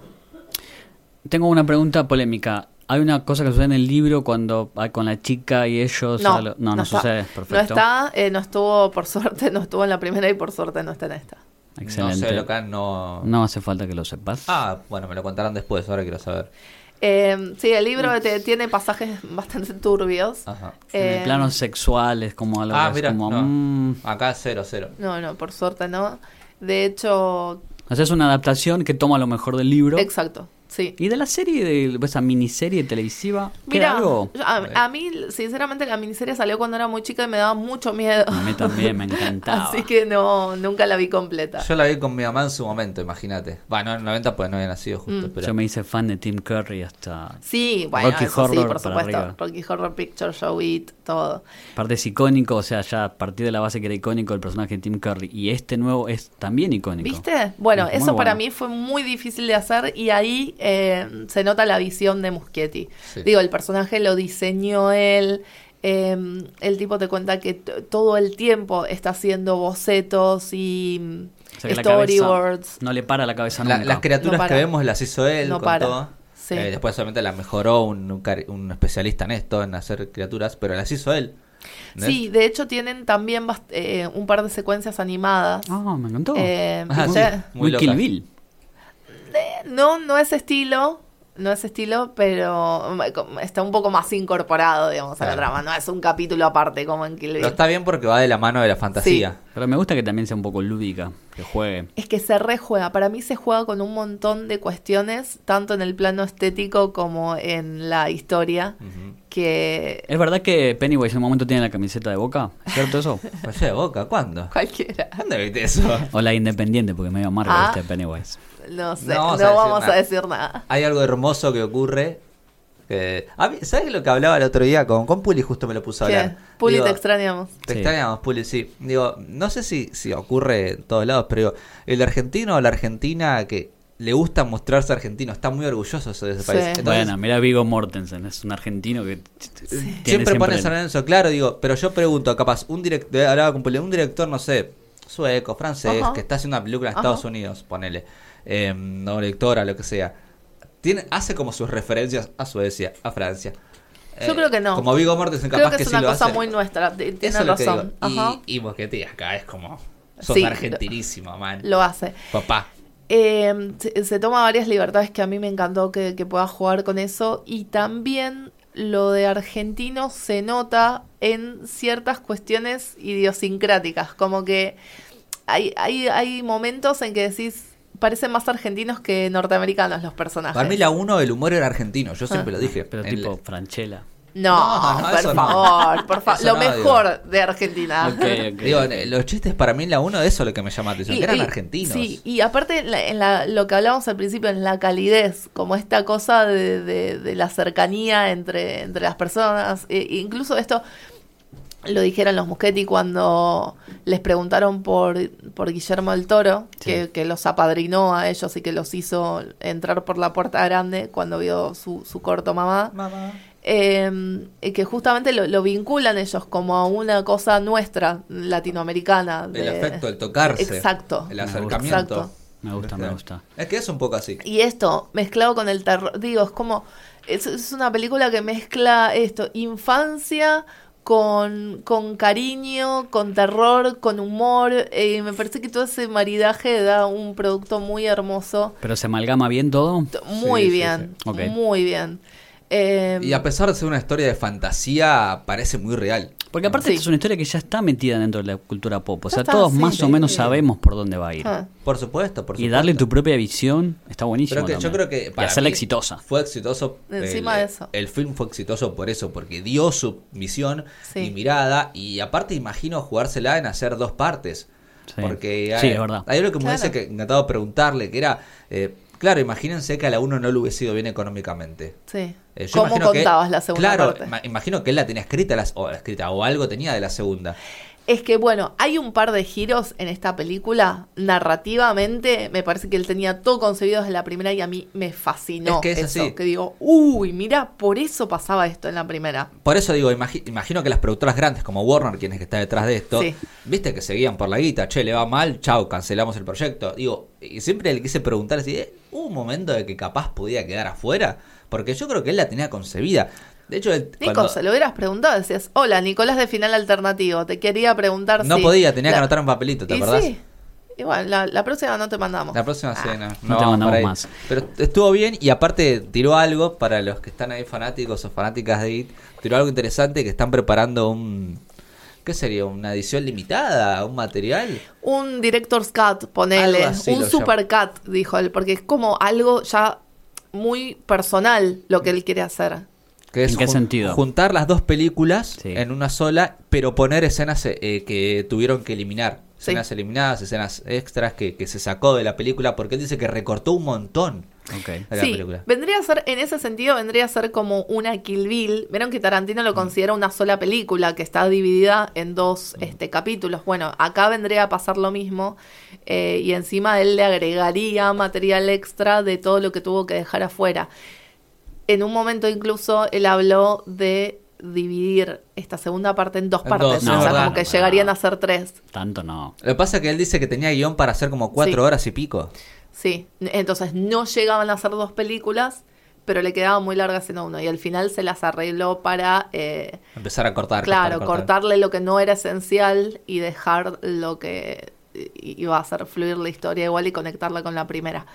[SPEAKER 1] Tengo una pregunta polémica. Hay una cosa que sucede en el libro cuando ah, con la chica y ellos.
[SPEAKER 2] No,
[SPEAKER 1] a lo- no, no
[SPEAKER 2] está.
[SPEAKER 1] sucede. Perfecto.
[SPEAKER 2] No está, eh, no estuvo, por suerte, no estuvo en la primera y por suerte no está en esta.
[SPEAKER 1] Excelente.
[SPEAKER 3] No sé, local, no...
[SPEAKER 1] No hace falta que lo sepas.
[SPEAKER 3] Ah, bueno, me lo contarán después, ahora quiero saber.
[SPEAKER 2] Eh, sí, el libro te- tiene pasajes bastante turbios.
[SPEAKER 3] Ajá.
[SPEAKER 1] en
[SPEAKER 2] Eh,
[SPEAKER 1] el plano sexual es como algo.
[SPEAKER 3] Ah,
[SPEAKER 1] es
[SPEAKER 3] mira,
[SPEAKER 1] como,
[SPEAKER 3] no.
[SPEAKER 1] mm.
[SPEAKER 3] acá cero, cero.
[SPEAKER 2] No, no, por suerte no. De hecho,
[SPEAKER 1] O sea, es una adaptación que toma lo mejor del libro.
[SPEAKER 2] exacto, sí.
[SPEAKER 1] Y de la serie, de esa miniserie televisiva, ¿queda
[SPEAKER 2] Mira,
[SPEAKER 1] algo?
[SPEAKER 2] yo- a, a mí, sinceramente, la miniserie salió cuando era muy chica y me daba mucho miedo.
[SPEAKER 1] A mí también me encantaba.
[SPEAKER 2] Así que no, nunca la vi completa.
[SPEAKER 3] Yo la vi con mi mamá en su momento, imagínate. Bueno, en el 90 pues no había nacido justo,
[SPEAKER 2] Mm.
[SPEAKER 3] pero...
[SPEAKER 1] Yo me hice fan de Tim Curry hasta.
[SPEAKER 2] Sí, bueno,
[SPEAKER 1] Rocky
[SPEAKER 2] eso sí,
[SPEAKER 1] Horror
[SPEAKER 2] por
[SPEAKER 1] para
[SPEAKER 2] supuesto.
[SPEAKER 1] arriba.
[SPEAKER 2] Rocky Horror Picture Show It, todo.
[SPEAKER 1] Aparte es icónico, o sea, ya a partir de la base que era icónico el personaje de Tim Curry. Y este nuevo es también icónico.
[SPEAKER 2] ¿Viste? Bueno,
[SPEAKER 1] Es muy
[SPEAKER 2] eso para
[SPEAKER 1] bueno.
[SPEAKER 2] mí fue muy difícil de hacer y ahí eh, se nota la visión de Muschietti.
[SPEAKER 3] Sí.
[SPEAKER 2] Digo, el personaje lo diseñó él. eh, el tipo te cuenta que t- todo el tiempo está haciendo bocetos y mm,
[SPEAKER 1] O sea, que la
[SPEAKER 2] storyboards.
[SPEAKER 1] cabeza No le para la cabeza
[SPEAKER 3] La-
[SPEAKER 1] nunca.
[SPEAKER 3] las criaturas
[SPEAKER 2] No
[SPEAKER 3] que
[SPEAKER 2] para.
[SPEAKER 3] vemos las hizo él
[SPEAKER 2] No
[SPEAKER 3] con
[SPEAKER 2] para.
[SPEAKER 3] todo.
[SPEAKER 2] Sí.
[SPEAKER 3] Eh, después obviamente las mejoró un, un cari- un especialista en esto, en hacer criaturas, pero las hizo él. ¿No es?
[SPEAKER 2] Sí, eh. de hecho tienen también bast- eh, un par de secuencias animadas.
[SPEAKER 1] Ah, me encantó.
[SPEAKER 2] Eh,
[SPEAKER 3] Ah,
[SPEAKER 2] o
[SPEAKER 3] sí.
[SPEAKER 2] sea,
[SPEAKER 1] Muy
[SPEAKER 3] muy
[SPEAKER 1] Kill
[SPEAKER 3] loca.
[SPEAKER 1] Bill.
[SPEAKER 2] eh, No, no es estilo, no es estilo, pero mm, com- está un poco más incorporado, digamos, a la
[SPEAKER 3] Claro.
[SPEAKER 2] trama. No es un capítulo aparte como en Kill Bill.
[SPEAKER 3] Pero está bien porque va de la mano de la fantasía.
[SPEAKER 1] Pero me gusta que también sea un poco lúdica, que juegue.
[SPEAKER 2] Es que se rejuega. Para mí se juega con un montón de cuestiones, tanto en el plano estético como en la historia, que
[SPEAKER 1] ¿Es verdad que Pennywise en un momento tiene la camiseta de boca? ¿Es cierto eso?
[SPEAKER 3] Rayé de boca, ¿cuándo?
[SPEAKER 2] cualquiera.
[SPEAKER 3] ¿Dónde viste eso?
[SPEAKER 1] O la independiente, porque medio amargo
[SPEAKER 2] Ah.
[SPEAKER 1] este Pennywise.
[SPEAKER 2] No sé,
[SPEAKER 3] No
[SPEAKER 2] no,
[SPEAKER 3] vamos a decir
[SPEAKER 2] vamos
[SPEAKER 3] nada.
[SPEAKER 2] a decir nada.
[SPEAKER 3] Hay algo hermoso que ocurre. que- A mí, ¿Sabes lo que hablaba el otro día con, con Puli? Justo me lo puso a
[SPEAKER 2] ¿Qué?
[SPEAKER 3] hablar.
[SPEAKER 2] Puli,
[SPEAKER 3] Digo,
[SPEAKER 2] te extrañamos.
[SPEAKER 3] Te
[SPEAKER 1] Sí.
[SPEAKER 3] extrañamos, Puli, sí. Digo, no sé si, si ocurre en todos lados, pero digo, el argentino o la argentina que le gusta mostrarse argentino está muy orgulloso de ese
[SPEAKER 2] Sí.
[SPEAKER 3] país. Entonces,
[SPEAKER 1] bueno, mira Vigo Mortensen, es un argentino que t- t- tiene
[SPEAKER 3] siempre pone
[SPEAKER 1] el-
[SPEAKER 3] San Lorenzo, claro, digo, pero yo pregunto, capaz, un director, hablaba con Puli, un director, no sé, sueco, francés,
[SPEAKER 2] Ajá.
[SPEAKER 3] que está haciendo una película en
[SPEAKER 2] Ajá.
[SPEAKER 3] Estados Unidos, ponele, eh, no lectora, lo que sea, tiene, hace como sus referencias a Suecia, a Francia.
[SPEAKER 2] Yo creo que no.
[SPEAKER 3] Como Vigo Mortensen, capaz
[SPEAKER 2] Creo que,
[SPEAKER 3] que,
[SPEAKER 2] es
[SPEAKER 3] sí
[SPEAKER 2] una
[SPEAKER 3] lo
[SPEAKER 2] cosa
[SPEAKER 3] hace.
[SPEAKER 2] muy nuestra, t-
[SPEAKER 3] Eso
[SPEAKER 2] tienes
[SPEAKER 3] es lo que
[SPEAKER 2] razón.
[SPEAKER 3] digo.
[SPEAKER 2] Ajá.
[SPEAKER 3] Y, y vos que te digas acá, es como. Sos
[SPEAKER 2] Sí,
[SPEAKER 3] argentinísimo, man.
[SPEAKER 2] Lo hace.
[SPEAKER 3] Papá.
[SPEAKER 2] Eh, se, se toma varias libertades que a mí me encantó que, que pueda jugar con eso. Y también lo de argentino se nota en ciertas cuestiones idiosincráticas, como que hay, hay, hay momentos en que decís, parecen más argentinos que norteamericanos los personajes.
[SPEAKER 3] Para mí la uno, el humor era argentino, yo siempre
[SPEAKER 2] Ah.
[SPEAKER 3] lo dije.
[SPEAKER 1] Pero
[SPEAKER 3] En
[SPEAKER 1] tipo
[SPEAKER 3] la-
[SPEAKER 1] Franchella.
[SPEAKER 2] No,
[SPEAKER 3] No, no, eso
[SPEAKER 2] por
[SPEAKER 3] no.
[SPEAKER 2] favor, por favor.
[SPEAKER 3] Eso
[SPEAKER 2] Lo
[SPEAKER 3] no,
[SPEAKER 2] mejor de Argentina.
[SPEAKER 1] Ok, ok.
[SPEAKER 3] Digo, eh, los chistes para mí en la uno, eso es lo que me llama la atención, que eran argentinos.
[SPEAKER 2] Sí, y aparte en la- en la- lo que hablábamos al principio, en la calidez, como esta cosa de, de- de la cercanía entre, entre las personas, e- incluso esto lo dijeron los Muschetti cuando les preguntaron por, por Guillermo del Toro,
[SPEAKER 1] Sí.
[SPEAKER 2] que, que los apadrinó a ellos y que los hizo entrar por la puerta grande cuando vio su, su corto mamá. Eh, y que justamente lo, lo vinculan ellos como a una cosa nuestra latinoamericana.
[SPEAKER 3] El
[SPEAKER 2] de-
[SPEAKER 3] afecto, el tocarse.
[SPEAKER 2] Exacto.
[SPEAKER 3] El
[SPEAKER 1] Me gusta.
[SPEAKER 3] acercamiento.
[SPEAKER 2] Exacto.
[SPEAKER 1] Me gusta, me gusta.
[SPEAKER 3] Es que es un poco así.
[SPEAKER 2] Y esto, mezclado con el terror, digo, es como, es, es una película que mezcla esto, infancia con, con cariño, con terror, con humor, eh, y me parece que todo ese maridaje da un producto muy hermoso,
[SPEAKER 1] Pero se amalgama bien todo.
[SPEAKER 2] T-
[SPEAKER 3] Sí,
[SPEAKER 2] muy
[SPEAKER 3] sí,
[SPEAKER 2] bien,
[SPEAKER 1] sí. Ok.
[SPEAKER 2] muy bien. Eh,
[SPEAKER 3] Y a pesar de ser una historia de fantasía, parece muy real.
[SPEAKER 1] Porque aparte
[SPEAKER 2] Sí.
[SPEAKER 1] esta es una historia que ya está metida dentro de la cultura pop. O
[SPEAKER 2] Ya
[SPEAKER 1] sea,
[SPEAKER 2] está,
[SPEAKER 1] todos
[SPEAKER 2] sí,
[SPEAKER 1] más
[SPEAKER 2] sí,
[SPEAKER 1] o menos
[SPEAKER 2] sí.
[SPEAKER 1] sabemos por dónde va a ir.
[SPEAKER 2] ah,
[SPEAKER 3] Por supuesto, por supuesto.
[SPEAKER 1] y darle tu propia visión está buenísimo.
[SPEAKER 3] Creo que, yo
[SPEAKER 1] también.
[SPEAKER 3] creo que
[SPEAKER 1] y hacerla
[SPEAKER 3] mí
[SPEAKER 1] exitosa.
[SPEAKER 3] Fue exitoso.
[SPEAKER 2] Encima
[SPEAKER 3] el,
[SPEAKER 2] de eso.
[SPEAKER 3] El film fue exitoso por eso, porque dio su misión
[SPEAKER 2] Sí.
[SPEAKER 3] y mirada. Y aparte, imagino jugársela en hacer dos partes.
[SPEAKER 1] Sí.
[SPEAKER 3] Porque
[SPEAKER 1] Sí,
[SPEAKER 3] hay,
[SPEAKER 1] es verdad.
[SPEAKER 3] hay algo que me
[SPEAKER 2] Claro.
[SPEAKER 3] hubiese que- encantado preguntarle, que era, eh, claro, imagínense que a la uno no le hubiese ido bien económicamente.
[SPEAKER 2] sí.
[SPEAKER 3] Eh, yo
[SPEAKER 2] ¿Cómo
[SPEAKER 3] imagino que-
[SPEAKER 2] contabas la segunda
[SPEAKER 3] claro,
[SPEAKER 2] parte?
[SPEAKER 3] ma- imagino que él la tenía escrita, las- o la escrita o algo tenía de la segunda.
[SPEAKER 2] Es que bueno, hay un par de giros en esta película. Narrativamente, me parece que él tenía todo concebido desde la primera y a mí me fascinó.
[SPEAKER 3] Es que es
[SPEAKER 2] eso,
[SPEAKER 3] así.
[SPEAKER 2] Que digo, uy, mira, por eso pasaba esto en la primera.
[SPEAKER 3] Por eso digo, imagi- imagino que las productoras grandes como Warner, quienes que está detrás de esto,
[SPEAKER 2] Sí.
[SPEAKER 3] viste que seguían por la guita, che, le va mal, chao, cancelamos el proyecto. Digo, y siempre le quise preguntar si eh, hubo un momento de que capaz podía quedar afuera, porque yo creo que él la tenía concebida. De hecho, él-
[SPEAKER 2] Nico,
[SPEAKER 3] cuando-
[SPEAKER 2] se lo hubieras preguntado, decías, hola, Nicolás de Final Alternativo, te quería preguntar
[SPEAKER 3] no
[SPEAKER 2] si...
[SPEAKER 3] podía, tenía
[SPEAKER 2] la-
[SPEAKER 3] que anotar un papelito, ¿te
[SPEAKER 2] Y
[SPEAKER 3] acordás?
[SPEAKER 2] sí. Y bueno, la, la próxima no te mandamos.
[SPEAKER 3] La próxima
[SPEAKER 2] Ah,
[SPEAKER 3] cena.
[SPEAKER 1] no te mandamos más.
[SPEAKER 3] Pero estuvo bien y aparte tiró algo para los que están ahí fanáticos o fanáticas de IT. Tiró algo interesante que están preparando un... ¿Qué sería? ¿Una edición limitada? ¿Un material?
[SPEAKER 2] Un director's cut, ponele.
[SPEAKER 3] Algo así
[SPEAKER 2] Un
[SPEAKER 3] lo
[SPEAKER 2] super cut, dijo él, porque es como algo ya muy personal lo que él quiere hacer.
[SPEAKER 3] Que
[SPEAKER 1] ¿En qué sentido?
[SPEAKER 3] Juntar las dos películas
[SPEAKER 1] Sí.
[SPEAKER 3] en una sola, pero poner escenas eh, que tuvieron que eliminar.
[SPEAKER 2] Sí.
[SPEAKER 3] Escenas eliminadas, escenas extras que, que se sacó de la película, porque él dice que recortó un montón
[SPEAKER 1] Ok.
[SPEAKER 3] de la
[SPEAKER 2] Sí,
[SPEAKER 3] película.
[SPEAKER 2] vendría a ser, en ese sentido, vendría a ser como una Kill Bill. Vieron que Tarantino
[SPEAKER 3] Mm.
[SPEAKER 2] lo considera una sola película que está dividida en dos
[SPEAKER 3] Mm.
[SPEAKER 2] este, capítulos. Bueno, acá vendría a pasar lo mismo eh, y encima él le agregaría material extra de todo lo que tuvo que dejar afuera. En un momento incluso él habló de dividir esta segunda parte en dos
[SPEAKER 3] En
[SPEAKER 2] partes,
[SPEAKER 3] dos,
[SPEAKER 1] no,
[SPEAKER 2] o sea,
[SPEAKER 1] verdad,
[SPEAKER 2] como que
[SPEAKER 1] no,
[SPEAKER 2] llegarían
[SPEAKER 1] no.
[SPEAKER 2] a ser tres.
[SPEAKER 1] Tanto no.
[SPEAKER 3] Lo que pasa es que él dice que tenía guión para hacer como cuatro
[SPEAKER 2] Sí.
[SPEAKER 3] horas y pico.
[SPEAKER 2] Sí, n- entonces no llegaban a hacer dos películas, pero le quedaba muy larga escena uno. Y al final se las arregló para, eh,
[SPEAKER 3] Empezar a cortar.
[SPEAKER 2] claro,
[SPEAKER 3] cortar, cortar.
[SPEAKER 2] cortarle lo que no era esencial y dejar lo que eh, iba a hacer fluir la historia igual y conectarla con la primera.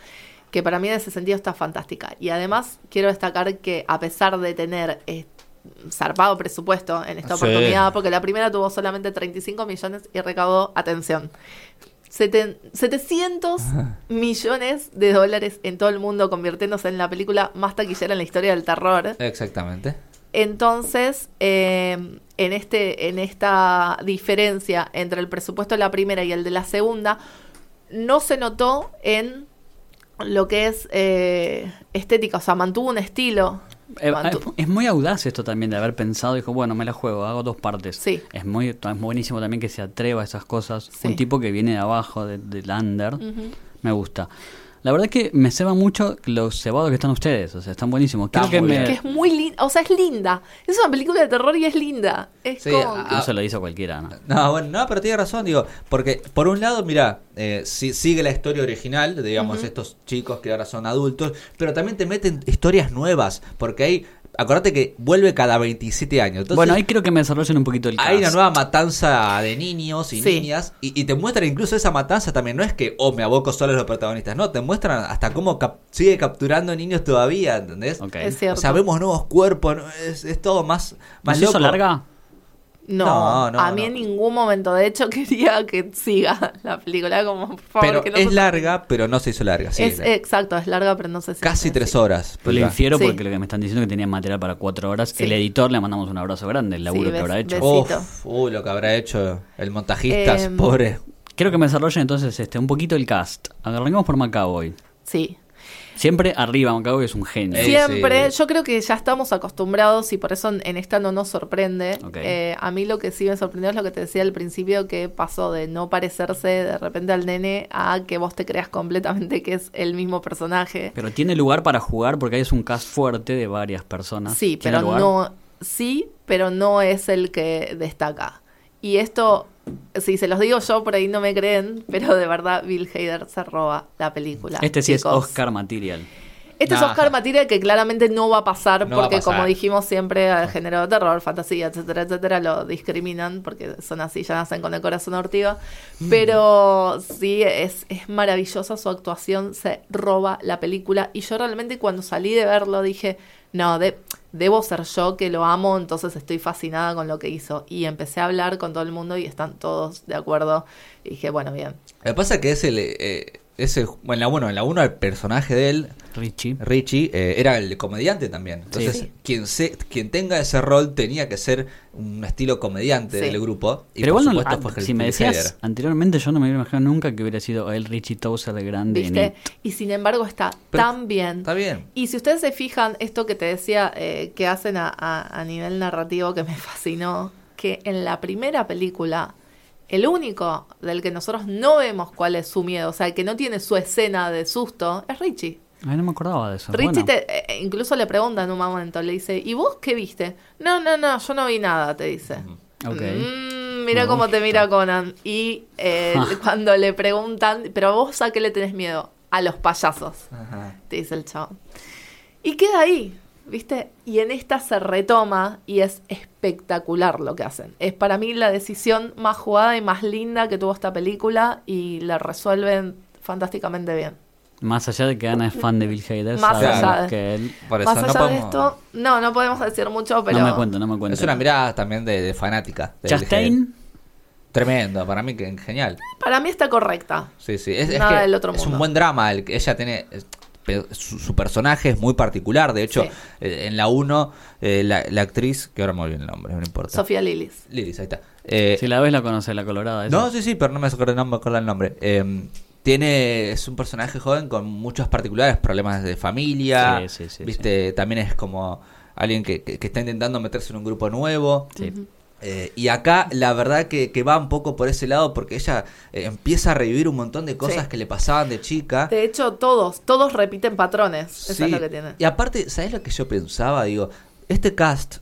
[SPEAKER 2] Que para mí en ese sentido está fantástica. Y además quiero destacar que a pesar de tener eh, zarpado presupuesto en esta
[SPEAKER 3] Sí.
[SPEAKER 2] oportunidad, porque la primera tuvo solamente 35 millones y recaudó, atención, seten- 700 millones de dólares en todo el mundo, convirtiéndose en la película más taquillera en la historia del terror.
[SPEAKER 3] Exactamente.
[SPEAKER 2] Entonces, eh, en, este, en esta diferencia entre el presupuesto de la primera y el de la segunda, no se notó en lo que es eh, estética, o sea, mantuvo un estilo.
[SPEAKER 1] Eh,
[SPEAKER 2] Mantu-
[SPEAKER 1] es muy audaz esto también de haber pensado, dijo, bueno, me la juego, hago dos partes.
[SPEAKER 2] Sí.
[SPEAKER 1] Es muy es muy buenísimo también que se atreva a esas cosas.
[SPEAKER 2] Sí. Mm.
[SPEAKER 1] Un tipo que viene de abajo, de- del under,
[SPEAKER 2] Ujú.
[SPEAKER 1] me gusta. La verdad que me ceba mucho los cebados que están ustedes, o sea, están buenísimos. Creo
[SPEAKER 3] Está
[SPEAKER 1] que
[SPEAKER 3] muy
[SPEAKER 1] me...
[SPEAKER 3] bien.
[SPEAKER 2] Que es muy linda, o sea, es linda. Es una película de terror y es linda. Es
[SPEAKER 3] Sí,
[SPEAKER 2] como-
[SPEAKER 3] ah,
[SPEAKER 1] que Eso lo hizo cualquiera, ¿no?
[SPEAKER 3] No, bueno, no, pero tiene razón, digo, porque por un lado, mira, sigue la historia original, digamos, estos chicos que ahora son adultos, pero también te meten historias nuevas, porque hay Acordate que vuelve cada 27 años. Entonces,
[SPEAKER 1] bueno, ahí creo que me desarrollen un poquito el
[SPEAKER 3] hay una
[SPEAKER 1] cast.
[SPEAKER 3] nueva matanza de niños y
[SPEAKER 2] Sí.
[SPEAKER 3] niñas. Y, y te muestran incluso esa matanza también. No es que, oh, me aboco solo a los protagonistas. No, te muestran hasta cómo cap- sigue capturando niños todavía, ¿entendés?
[SPEAKER 1] Ok.
[SPEAKER 2] Es
[SPEAKER 3] O
[SPEAKER 2] cierto.
[SPEAKER 3] sea, vemos nuevos cuerpos. no- Es, es todo más, más
[SPEAKER 1] ¿Más hizo
[SPEAKER 3] loco.
[SPEAKER 1] larga?
[SPEAKER 2] No,
[SPEAKER 3] No, no,
[SPEAKER 2] a mí
[SPEAKER 3] no.
[SPEAKER 2] en ningún momento. De hecho, quería que siga la película como por favor.
[SPEAKER 3] Pero
[SPEAKER 2] que no
[SPEAKER 3] es
[SPEAKER 2] se-
[SPEAKER 3] larga, pero no se hizo larga. sí,
[SPEAKER 2] es,
[SPEAKER 1] eh,
[SPEAKER 3] larga.
[SPEAKER 2] exacto, es larga, pero no sé si.
[SPEAKER 3] Casi tres horas.
[SPEAKER 1] Lo
[SPEAKER 3] Pulga.
[SPEAKER 1] infiero
[SPEAKER 2] Sí.
[SPEAKER 1] porque lo que me están diciendo es que tenían material para cuatro horas.
[SPEAKER 2] Sí.
[SPEAKER 1] El editor le mandamos un abrazo grande, el laburo
[SPEAKER 2] Sí,
[SPEAKER 1] que
[SPEAKER 2] ves-
[SPEAKER 1] habrá hecho.
[SPEAKER 2] ves-
[SPEAKER 3] Uf,
[SPEAKER 2] Besito.
[SPEAKER 3] uh, lo que habrá hecho el montajista,
[SPEAKER 2] Em,
[SPEAKER 3] pobre.
[SPEAKER 1] Quiero que me desarrollen entonces este un poquito el cast. Arrancamos por Macaboy.
[SPEAKER 2] Sí.
[SPEAKER 1] Siempre arriba, Macaboy es un genio.
[SPEAKER 3] Eh,
[SPEAKER 2] Siempre,
[SPEAKER 3] sí.
[SPEAKER 2] yo creo que ya estamos acostumbrados y por eso en en esta no nos sorprende.
[SPEAKER 1] Ok.
[SPEAKER 2] Eh, a mí lo que sí me sorprendió es lo que te decía al principio, que pasó de no parecerse de repente al nene a que vos te creas completamente que es el mismo personaje.
[SPEAKER 1] Pero tiene lugar para jugar porque ahí es un cast fuerte de varias personas.
[SPEAKER 2] Sí,
[SPEAKER 1] ¿Tiene
[SPEAKER 2] pero
[SPEAKER 1] lugar?
[SPEAKER 2] no, sí, pero no es el que destaca. Y esto, si se los digo yo, por ahí no me creen, pero de verdad Bill Hader se roba la película.
[SPEAKER 1] Este sí es
[SPEAKER 2] chicos.
[SPEAKER 1] Oscar Material.
[SPEAKER 2] Este
[SPEAKER 3] Nah.
[SPEAKER 2] es Oscar Matira que claramente no va a pasar
[SPEAKER 3] No va a
[SPEAKER 2] porque,
[SPEAKER 3] pasar.
[SPEAKER 2] como dijimos siempre, al género de terror, fantasía, etcétera, etcétera, lo discriminan porque son así, ya nacen con el corazón ortiga.
[SPEAKER 3] Mm.
[SPEAKER 2] Pero sí, es, es maravillosa su actuación, se roba la película. Y yo realmente cuando salí de verlo dije, no, de- debo ser yo que lo amo, entonces estoy fascinada con lo que hizo. Y empecé a hablar con todo el mundo y están todos de acuerdo. Y dije, bueno, bien.
[SPEAKER 3] Lo que pasa es que es el. eh, es el- bueno, en la 1, en la uno el personaje de él,
[SPEAKER 1] Richie.
[SPEAKER 3] Richie, eh, era el comediante también. Entonces,
[SPEAKER 2] Sí.
[SPEAKER 3] quien se, quien tenga ese rol tenía que ser un estilo comediante
[SPEAKER 2] Sí.
[SPEAKER 3] del grupo. Y
[SPEAKER 1] pero
[SPEAKER 3] por
[SPEAKER 1] igual no lo-
[SPEAKER 3] supuesto
[SPEAKER 1] ah,
[SPEAKER 3] fue
[SPEAKER 1] si me
[SPEAKER 3] Bill
[SPEAKER 1] decías
[SPEAKER 3] Hader.
[SPEAKER 1] anteriormente, yo no me hubiera imaginado nunca que hubiera sido el Richie Tozer de grande. en
[SPEAKER 2] ¿Viste?
[SPEAKER 1] It.
[SPEAKER 2] Y sin embargo está
[SPEAKER 3] Pero-
[SPEAKER 2] tan bien.
[SPEAKER 3] Está bien.
[SPEAKER 2] Y si ustedes se fijan, esto que te decía eh, que hacen a, a- a nivel narrativo que me fascinó, que en la primera película, el único del que nosotros no vemos cuál es su miedo, o sea, el que no tiene su escena de susto, es Richie.
[SPEAKER 1] Ay, no me acordaba de eso.
[SPEAKER 2] Richie
[SPEAKER 1] Bueno,
[SPEAKER 2] te- eh, eh, incluso le preguntan en un momento, le dice, ¿y vos qué viste? No, no, no, yo no vi nada, te dice.
[SPEAKER 1] Ok.
[SPEAKER 2] "Mm, mira
[SPEAKER 1] Me
[SPEAKER 2] cómo
[SPEAKER 1] gusta.
[SPEAKER 2] te mira Conan. Y eh,
[SPEAKER 1] Ah.
[SPEAKER 2] cuando le preguntan, ¿pero vos a qué le tenés miedo? A los payasos
[SPEAKER 3] Ajá.
[SPEAKER 2] te dice el chabón. Y queda ahí, ¿viste? Y en esta se retoma y es espectacular lo que hacen. Es para mí la decisión más jugada y más linda que tuvo esta película y la resuelven fantásticamente bien.
[SPEAKER 1] Más allá de que Ana es fan de Bill Hader,
[SPEAKER 2] Más
[SPEAKER 1] sabemos
[SPEAKER 3] allá
[SPEAKER 2] de-
[SPEAKER 1] que él.
[SPEAKER 3] Por eso
[SPEAKER 2] más
[SPEAKER 3] no
[SPEAKER 2] allá de
[SPEAKER 3] podemos-
[SPEAKER 2] esto, no, no podemos decir mucho, pero...
[SPEAKER 1] No me cuento, no me cuento.
[SPEAKER 3] Es una mirada también de, de fanática. de Bill Hader.
[SPEAKER 1] Chastain,
[SPEAKER 3] Tremendo, para mí que genial.
[SPEAKER 2] Para mí está correcta.
[SPEAKER 3] Sí, sí. Es, es
[SPEAKER 2] Nada
[SPEAKER 3] que
[SPEAKER 2] del otro
[SPEAKER 3] es un
[SPEAKER 2] mundo.
[SPEAKER 3] buen drama. El, que ella tiene. es- pe- Su, su personaje es muy particular. De hecho,
[SPEAKER 2] Sí.
[SPEAKER 3] eh, en la 1, la, la actriz. Que ahora me olvidé el nombre, no importa.
[SPEAKER 2] Sofía Lilis.
[SPEAKER 3] Lilis, ahí está. Eh,
[SPEAKER 1] si la ves la conoces, la colorada. esa.
[SPEAKER 3] no, sí, sí, pero no me acuerdo el nombre. acuerdo el nombre. Eh, tiene, es un personaje joven con muchos particulares, problemas de familia.
[SPEAKER 1] Sí, sí, sí,
[SPEAKER 3] Viste, también es como alguien que, que- que está intentando meterse en un grupo nuevo.
[SPEAKER 1] Sí.
[SPEAKER 3] Eh, y acá la verdad que, que va un poco por ese lado porque ella eh, empieza a revivir un montón de cosas
[SPEAKER 2] Sí.
[SPEAKER 3] que le pasaban de chica.
[SPEAKER 2] De hecho, todos, todos repiten patrones. Eso
[SPEAKER 3] Sí.
[SPEAKER 2] es lo que tiene.
[SPEAKER 3] Y aparte, ¿sabes lo que yo pensaba? Digo, este cast,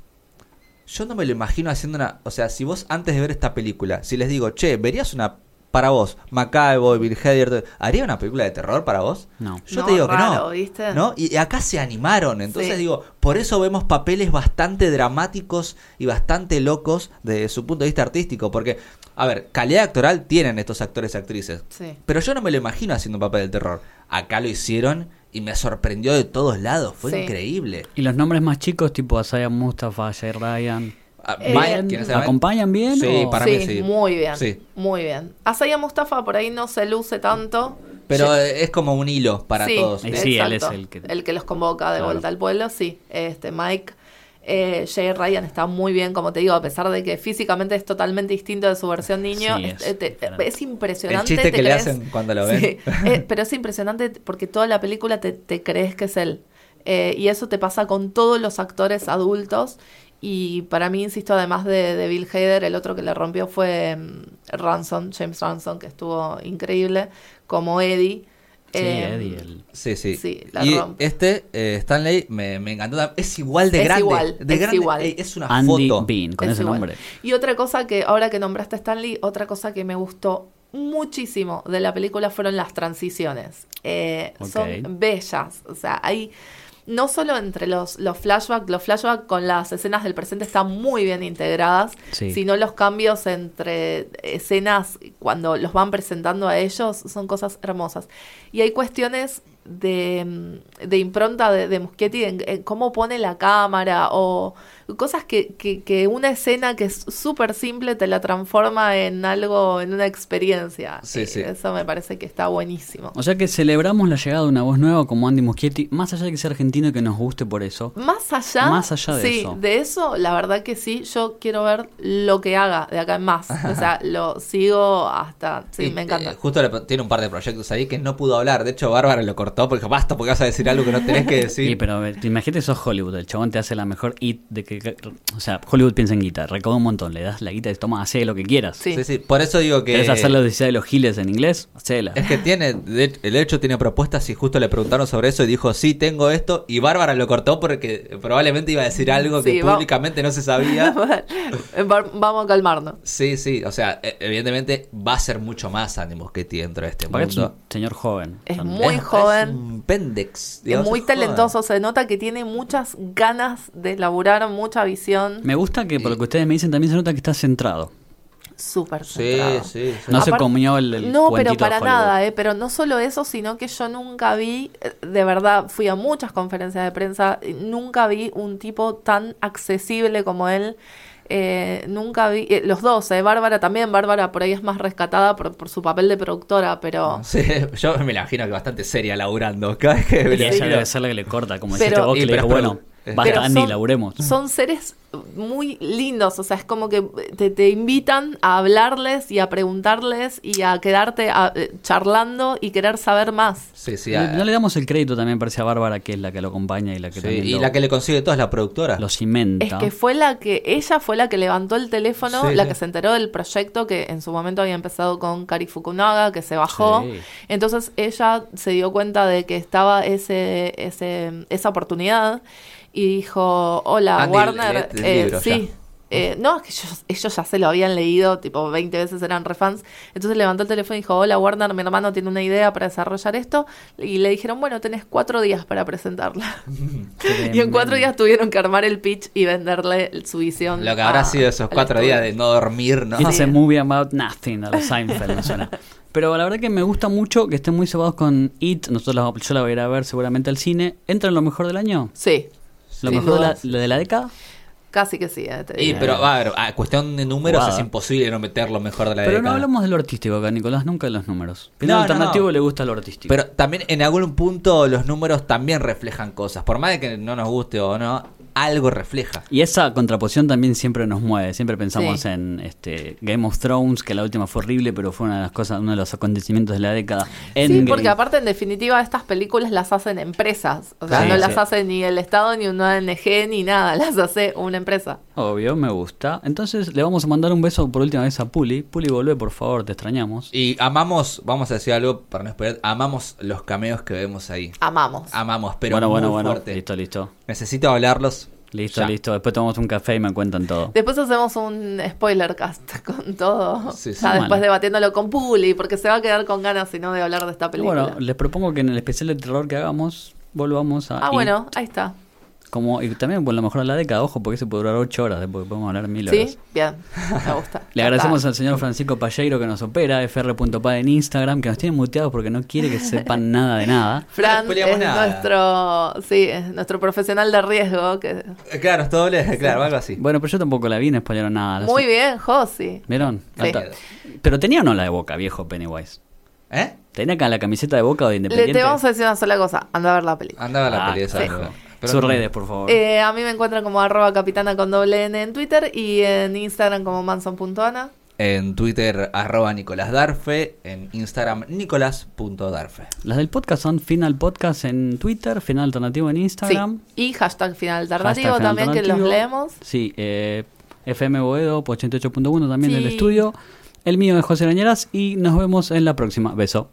[SPEAKER 3] yo no me lo imagino haciendo una. O sea, si vos antes de ver esta película, si les digo, che, verías una. Para vos, Macaebo, Bill Hader, ¿haría una película de terror para vos?
[SPEAKER 1] No.
[SPEAKER 3] Yo
[SPEAKER 2] No,
[SPEAKER 3] te digo que no.
[SPEAKER 2] raro, ¿viste?
[SPEAKER 3] ¿no? Y y acá se animaron. Entonces
[SPEAKER 2] Sí.
[SPEAKER 3] digo, por eso vemos papeles bastante dramáticos y bastante locos desde su punto de vista artístico. Porque, a ver, calidad actoral tienen estos actores y actrices.
[SPEAKER 2] Sí.
[SPEAKER 3] Pero yo no me lo imagino haciendo un papel de terror. Acá lo hicieron y me sorprendió de todos lados. Fue
[SPEAKER 2] Sí.
[SPEAKER 3] increíble.
[SPEAKER 1] Y los nombres más chicos, tipo Asaya Mustafa, Jay Ryan.
[SPEAKER 3] Ah,
[SPEAKER 2] Eh,
[SPEAKER 3] Mike, ¿quién es el Mike?
[SPEAKER 1] ¿Acompañan bien?
[SPEAKER 3] Sí,
[SPEAKER 1] o-
[SPEAKER 3] para
[SPEAKER 2] sí,
[SPEAKER 3] mí sí.
[SPEAKER 2] muy bien.
[SPEAKER 3] Sí.
[SPEAKER 2] Muy bien. Asaya Mustafa por ahí no se luce tanto.
[SPEAKER 3] Pero eh, es como un hilo para
[SPEAKER 2] Sí,
[SPEAKER 3] todos.
[SPEAKER 1] Eh, sí, él
[SPEAKER 2] exacto.
[SPEAKER 1] es el que-
[SPEAKER 2] los convoca de
[SPEAKER 1] Claro.
[SPEAKER 2] vuelta al pueblo, sí. Este Mike eh, Jay Ryan está muy bien, como te digo, a pesar de que físicamente es totalmente distinto de su versión niño.
[SPEAKER 1] Sí,
[SPEAKER 2] es,
[SPEAKER 1] es
[SPEAKER 2] eh, te-
[SPEAKER 1] diferente.
[SPEAKER 2] es impresionante.
[SPEAKER 3] El chiste
[SPEAKER 2] te
[SPEAKER 3] que le
[SPEAKER 2] crees-
[SPEAKER 3] hacen cuando lo ven.
[SPEAKER 2] Sí, eh, pero es impresionante porque toda la película te, te crees que es él. Eh, y eso te pasa con todos los actores adultos. Y para mí, insisto, además de, de Bill Hader, el otro que le rompió fue mm, Ransom, James Ransom, que estuvo increíble, como Eddie.
[SPEAKER 1] Sí,
[SPEAKER 2] Em,
[SPEAKER 1] Eddie, el-
[SPEAKER 3] Sí, sí.
[SPEAKER 2] Sí, la
[SPEAKER 3] y
[SPEAKER 2] rompe.
[SPEAKER 3] este, eh, Stanley, me, me encantó. Es igual de
[SPEAKER 2] Es
[SPEAKER 3] grande.
[SPEAKER 2] igual,
[SPEAKER 3] de
[SPEAKER 2] es
[SPEAKER 3] grande.
[SPEAKER 2] igual.
[SPEAKER 3] Ey, es una
[SPEAKER 1] Andy
[SPEAKER 3] foto.
[SPEAKER 1] Bean, con
[SPEAKER 2] Es
[SPEAKER 1] ese
[SPEAKER 2] igual.
[SPEAKER 1] nombre.
[SPEAKER 2] Y otra cosa que, ahora que nombraste a Stanley, otra cosa que me gustó muchísimo de la película fueron las transiciones. Eh,
[SPEAKER 1] Ok.
[SPEAKER 2] Son bellas. O sea, hay no solo entre los, los flashbacks, los flashbacks con las escenas del presente están muy bien integradas,
[SPEAKER 1] Sí.
[SPEAKER 2] sino los cambios entre escenas cuando los van presentando a ellos son cosas hermosas. Y hay cuestiones de, mm, de impronta de, de Muschietti en, en cómo pone la cámara o cosas que, que- que una escena que es súper simple te la transforma en algo, en una experiencia.
[SPEAKER 3] Sí,
[SPEAKER 2] Eh,
[SPEAKER 3] sí.
[SPEAKER 2] Eso me parece que está buenísimo.
[SPEAKER 1] O sea que celebramos la llegada de una voz nueva como Andy Muschietti, más allá de que sea argentino y que nos guste por eso.
[SPEAKER 2] Más allá,
[SPEAKER 1] Más allá de
[SPEAKER 2] sí,
[SPEAKER 1] eso.
[SPEAKER 2] de eso, la verdad que sí, yo quiero ver lo que haga de acá en más. O sea, lo sigo hasta. Sí,
[SPEAKER 3] Y,
[SPEAKER 2] me encanta.
[SPEAKER 3] eh, justo le- tiene un par de proyectos ahí que no pudo hablar. De hecho, Bárbara lo cortó porque dijo, basta porque vas a decir algo que no tenés que
[SPEAKER 1] Sí,
[SPEAKER 3] decir.
[SPEAKER 1] pero a ver, te- imagínate sos Hollywood, el chabón te hace la mejor hit de que... O sea, Hollywood piensa en guita, recauda un montón, le das la guita y toma, hace lo que quieras.
[SPEAKER 2] Sí.
[SPEAKER 3] Sí, sí, Por eso digo que...
[SPEAKER 1] ¿Querés hacer la odisea de los giles en inglés? Hacela.
[SPEAKER 3] Es que tiene, de- el hecho tiene propuestas y justo le preguntaron sobre eso y dijo, sí, tengo esto. Y Bárbara lo cortó porque probablemente iba a decir algo
[SPEAKER 2] Sí,
[SPEAKER 3] que
[SPEAKER 2] va-
[SPEAKER 3] públicamente no se sabía.
[SPEAKER 2] Va- Vamos a calmarnos.
[SPEAKER 3] Sí, sí, o sea, e- evidentemente va a ser mucho más Andy Muschietti dentro de este
[SPEAKER 1] Porque es un
[SPEAKER 3] mundo.
[SPEAKER 1] señor joven.
[SPEAKER 2] Es
[SPEAKER 1] Son-
[SPEAKER 2] muy joven.
[SPEAKER 3] un pendex.
[SPEAKER 2] Es
[SPEAKER 3] digamos,
[SPEAKER 2] muy
[SPEAKER 3] es joven.
[SPEAKER 2] talentoso, se nota que tiene muchas ganas de laburar, mucha visión.
[SPEAKER 1] Me gusta que por lo que ustedes me dicen también se nota que está centrado.
[SPEAKER 2] Súper
[SPEAKER 3] Sí,
[SPEAKER 2] centrado.
[SPEAKER 3] sí, sí.
[SPEAKER 1] No
[SPEAKER 2] Aparte-
[SPEAKER 1] se comió el, el
[SPEAKER 2] no,
[SPEAKER 1] cuentito
[SPEAKER 2] pero
[SPEAKER 1] de
[SPEAKER 2] para
[SPEAKER 1] Hollywood.
[SPEAKER 2] nada, eh, pero no solo eso, sino que yo nunca vi, eh, de verdad, fui a muchas conferencias de prensa, y nunca vi un tipo tan accesible como él. eh, nunca vi, eh, los dos, eh, Bárbara también, Bárbara por ahí es más rescatada por, por su papel de productora, pero...
[SPEAKER 3] Sí, yo me la imagino que bastante seria laburando. Cada vez que me
[SPEAKER 1] Y
[SPEAKER 3] la
[SPEAKER 1] ella
[SPEAKER 3] imagino.
[SPEAKER 1] debe ser la que le corta, como
[SPEAKER 2] Pero-
[SPEAKER 1] dijiste vos, que
[SPEAKER 3] Y
[SPEAKER 1] le
[SPEAKER 3] pero
[SPEAKER 1] dijo,
[SPEAKER 3] es
[SPEAKER 1] bueno,
[SPEAKER 3] produ-
[SPEAKER 1] basta
[SPEAKER 2] Pero
[SPEAKER 1] Andy,
[SPEAKER 2] son-
[SPEAKER 1] laburemos.
[SPEAKER 2] Son seres muy lindos, o sea, es como que te, te invitan a hablarles y a preguntarles y a quedarte a- eh, charlando y querer saber más.
[SPEAKER 3] Sí, sí,
[SPEAKER 1] No
[SPEAKER 3] a-
[SPEAKER 1] no le damos el crédito también, parece a Bárbara, que es la que lo acompaña y la que
[SPEAKER 3] sí,
[SPEAKER 1] también
[SPEAKER 3] y
[SPEAKER 1] lo,
[SPEAKER 3] la que le consigue todo es la productora.
[SPEAKER 1] lo cimenta.
[SPEAKER 2] Es que fue la que, ella fue la que levantó el teléfono,
[SPEAKER 3] Sí,
[SPEAKER 2] la
[SPEAKER 3] sí.
[SPEAKER 2] que se enteró del proyecto que en su momento había empezado con Kari Fukunaga, que se bajó.
[SPEAKER 1] Sí.
[SPEAKER 2] Entonces ella se dio cuenta de que estaba ese, ese, esa oportunidad y dijo, hola
[SPEAKER 3] Andy,
[SPEAKER 2] Warner,
[SPEAKER 3] leete el
[SPEAKER 2] eh,
[SPEAKER 3] libro
[SPEAKER 2] sí.
[SPEAKER 3] ya.
[SPEAKER 2] Eh, no, es que ellos, ellos ya se lo habían leído, tipo 20 veces eran refans. Entonces levantó el teléfono y dijo, hola Warner, mi hermano tiene una idea para desarrollar esto. Y le dijeron, bueno, tenés cuatro días para presentarla. y en cuatro días tuvieron que armar el pitch y venderle su visión.
[SPEAKER 3] Lo que habrá
[SPEAKER 2] a-
[SPEAKER 3] sido esos
[SPEAKER 2] al
[SPEAKER 3] cuatro días de
[SPEAKER 2] estudio.
[SPEAKER 3] no dormir, ¿no?
[SPEAKER 1] It's a movie about nothing, a la Seinfeld me suena. Pero la verdad que me gusta mucho que estén muy cebados con It. Nosotros la- yo la voy a ir a ver seguramente al cine. ¿Entra en lo mejor del año?
[SPEAKER 2] Sí,
[SPEAKER 1] ¿Lo
[SPEAKER 2] Sin
[SPEAKER 1] mejor de la,
[SPEAKER 2] dudas.
[SPEAKER 1] lo de la década?
[SPEAKER 2] casi que sí. eh, te
[SPEAKER 3] Y,
[SPEAKER 2] digo.
[SPEAKER 3] pero, a ver, a cuestión de números
[SPEAKER 1] Jugada.
[SPEAKER 3] es imposible no meterlo mejor de la
[SPEAKER 1] Pero no
[SPEAKER 3] década.
[SPEAKER 1] hablamos de lo artístico acá, Nicolás, nunca de los números.
[SPEAKER 3] No,
[SPEAKER 1] Pero
[SPEAKER 3] no,
[SPEAKER 1] alternativo
[SPEAKER 3] no.
[SPEAKER 1] le gusta lo artístico.
[SPEAKER 3] Pero también en algún punto los números también reflejan cosas. Por más de que no nos guste o no, algo refleja.
[SPEAKER 1] Y esa contraposición también siempre nos mueve. Siempre pensamos
[SPEAKER 2] Sí.
[SPEAKER 1] en este Game of Thrones, que la última fue horrible, pero fue una de las cosas, uno de los acontecimientos de la década.
[SPEAKER 2] Sí,
[SPEAKER 1] Endgame.
[SPEAKER 2] porque aparte, en definitiva, estas películas las hacen empresas. O sea,
[SPEAKER 1] Sí,
[SPEAKER 2] no
[SPEAKER 1] sí.
[SPEAKER 2] las hace ni el Estado, ni una ONG, ni nada. Las hace una empresa.
[SPEAKER 1] Obvio, me gusta. Entonces le vamos a mandar un beso por última vez a Puli. Puli, volvé, por favor, te extrañamos.
[SPEAKER 3] Y amamos, vamos a decir algo para no esperar, amamos los cameos que vemos ahí.
[SPEAKER 2] Amamos.
[SPEAKER 3] Amamos, pero
[SPEAKER 1] bueno,
[SPEAKER 3] muy
[SPEAKER 1] bueno, bueno.
[SPEAKER 3] fuerte.
[SPEAKER 1] Listo, listo.
[SPEAKER 3] Necesito hablarlos.
[SPEAKER 1] Listo,
[SPEAKER 3] ya.
[SPEAKER 1] listo. Después tomamos un café y me cuentan todo.
[SPEAKER 2] Después hacemos un spoiler cast con todo.
[SPEAKER 3] Sí, sí.
[SPEAKER 2] Ya después
[SPEAKER 1] Bueno.
[SPEAKER 2] debatiéndolo con Puli, porque se va a quedar con ganas, si no, de hablar de esta
[SPEAKER 1] Y
[SPEAKER 2] película.
[SPEAKER 1] bueno, les propongo que en el especial de terror que hagamos, volvamos a.
[SPEAKER 2] ah,
[SPEAKER 1] It.
[SPEAKER 2] bueno, ahí está.
[SPEAKER 1] Como, y también por lo mejor a la década, ojo, porque se puede durar 8 horas, después podemos hablar mil horas.
[SPEAKER 2] ¿Sí? Bien. Me gusta.
[SPEAKER 1] Le
[SPEAKER 2] Ya
[SPEAKER 1] agradecemos
[SPEAKER 2] está.
[SPEAKER 1] al señor Francisco Palleiro que nos opera, fr.pa en Instagram, que nos tiene muteados porque no quiere que sepan nada de nada.
[SPEAKER 2] Fran
[SPEAKER 3] No
[SPEAKER 2] es
[SPEAKER 3] spoileamos
[SPEAKER 2] nuestro, sí, es nuestro profesional de riesgo. Que...
[SPEAKER 3] Eh, Claro, es doble, claro, algo así.
[SPEAKER 1] Bueno, pero yo tampoco la vi, no spoilearon nada. Los-
[SPEAKER 2] Muy bien, Josi.
[SPEAKER 1] ¿Vieron?
[SPEAKER 2] Sí.
[SPEAKER 1] Está- Pero tenía o no la de boca, viejo Pennywise.
[SPEAKER 3] ¿Eh?
[SPEAKER 1] ¿Tenía acá la camiseta de boca o de
[SPEAKER 2] Le,
[SPEAKER 1] Independiente?
[SPEAKER 2] te vamos a decir una sola cosa. Anda a ver la película.
[SPEAKER 3] Andaba la
[SPEAKER 1] Ah,
[SPEAKER 3] peli esa.
[SPEAKER 1] carajo.
[SPEAKER 3] ¿no? Pero
[SPEAKER 1] Sus
[SPEAKER 3] no.
[SPEAKER 1] redes, por favor.
[SPEAKER 2] Eh, a mí me encuentran como arroba capitana con doble N en Twitter y en Instagram como manson.ana.
[SPEAKER 3] En Twitter, arroba Nicolás Darfe. En Instagram, nicolás.darfe.
[SPEAKER 1] Las del podcast son Final Podcast en Twitter, Final Alternativo en
[SPEAKER 2] Sí.
[SPEAKER 1] Instagram.
[SPEAKER 2] Y hashtag final alternativo
[SPEAKER 1] Hashtag Final
[SPEAKER 2] también, que los
[SPEAKER 1] Alternativo.
[SPEAKER 2] leemos.
[SPEAKER 1] Sí, eh, FM Boedo 88.1 también
[SPEAKER 2] Sí.
[SPEAKER 1] en el estudio. El mío es José Arañeras y nos vemos en la próxima. Beso.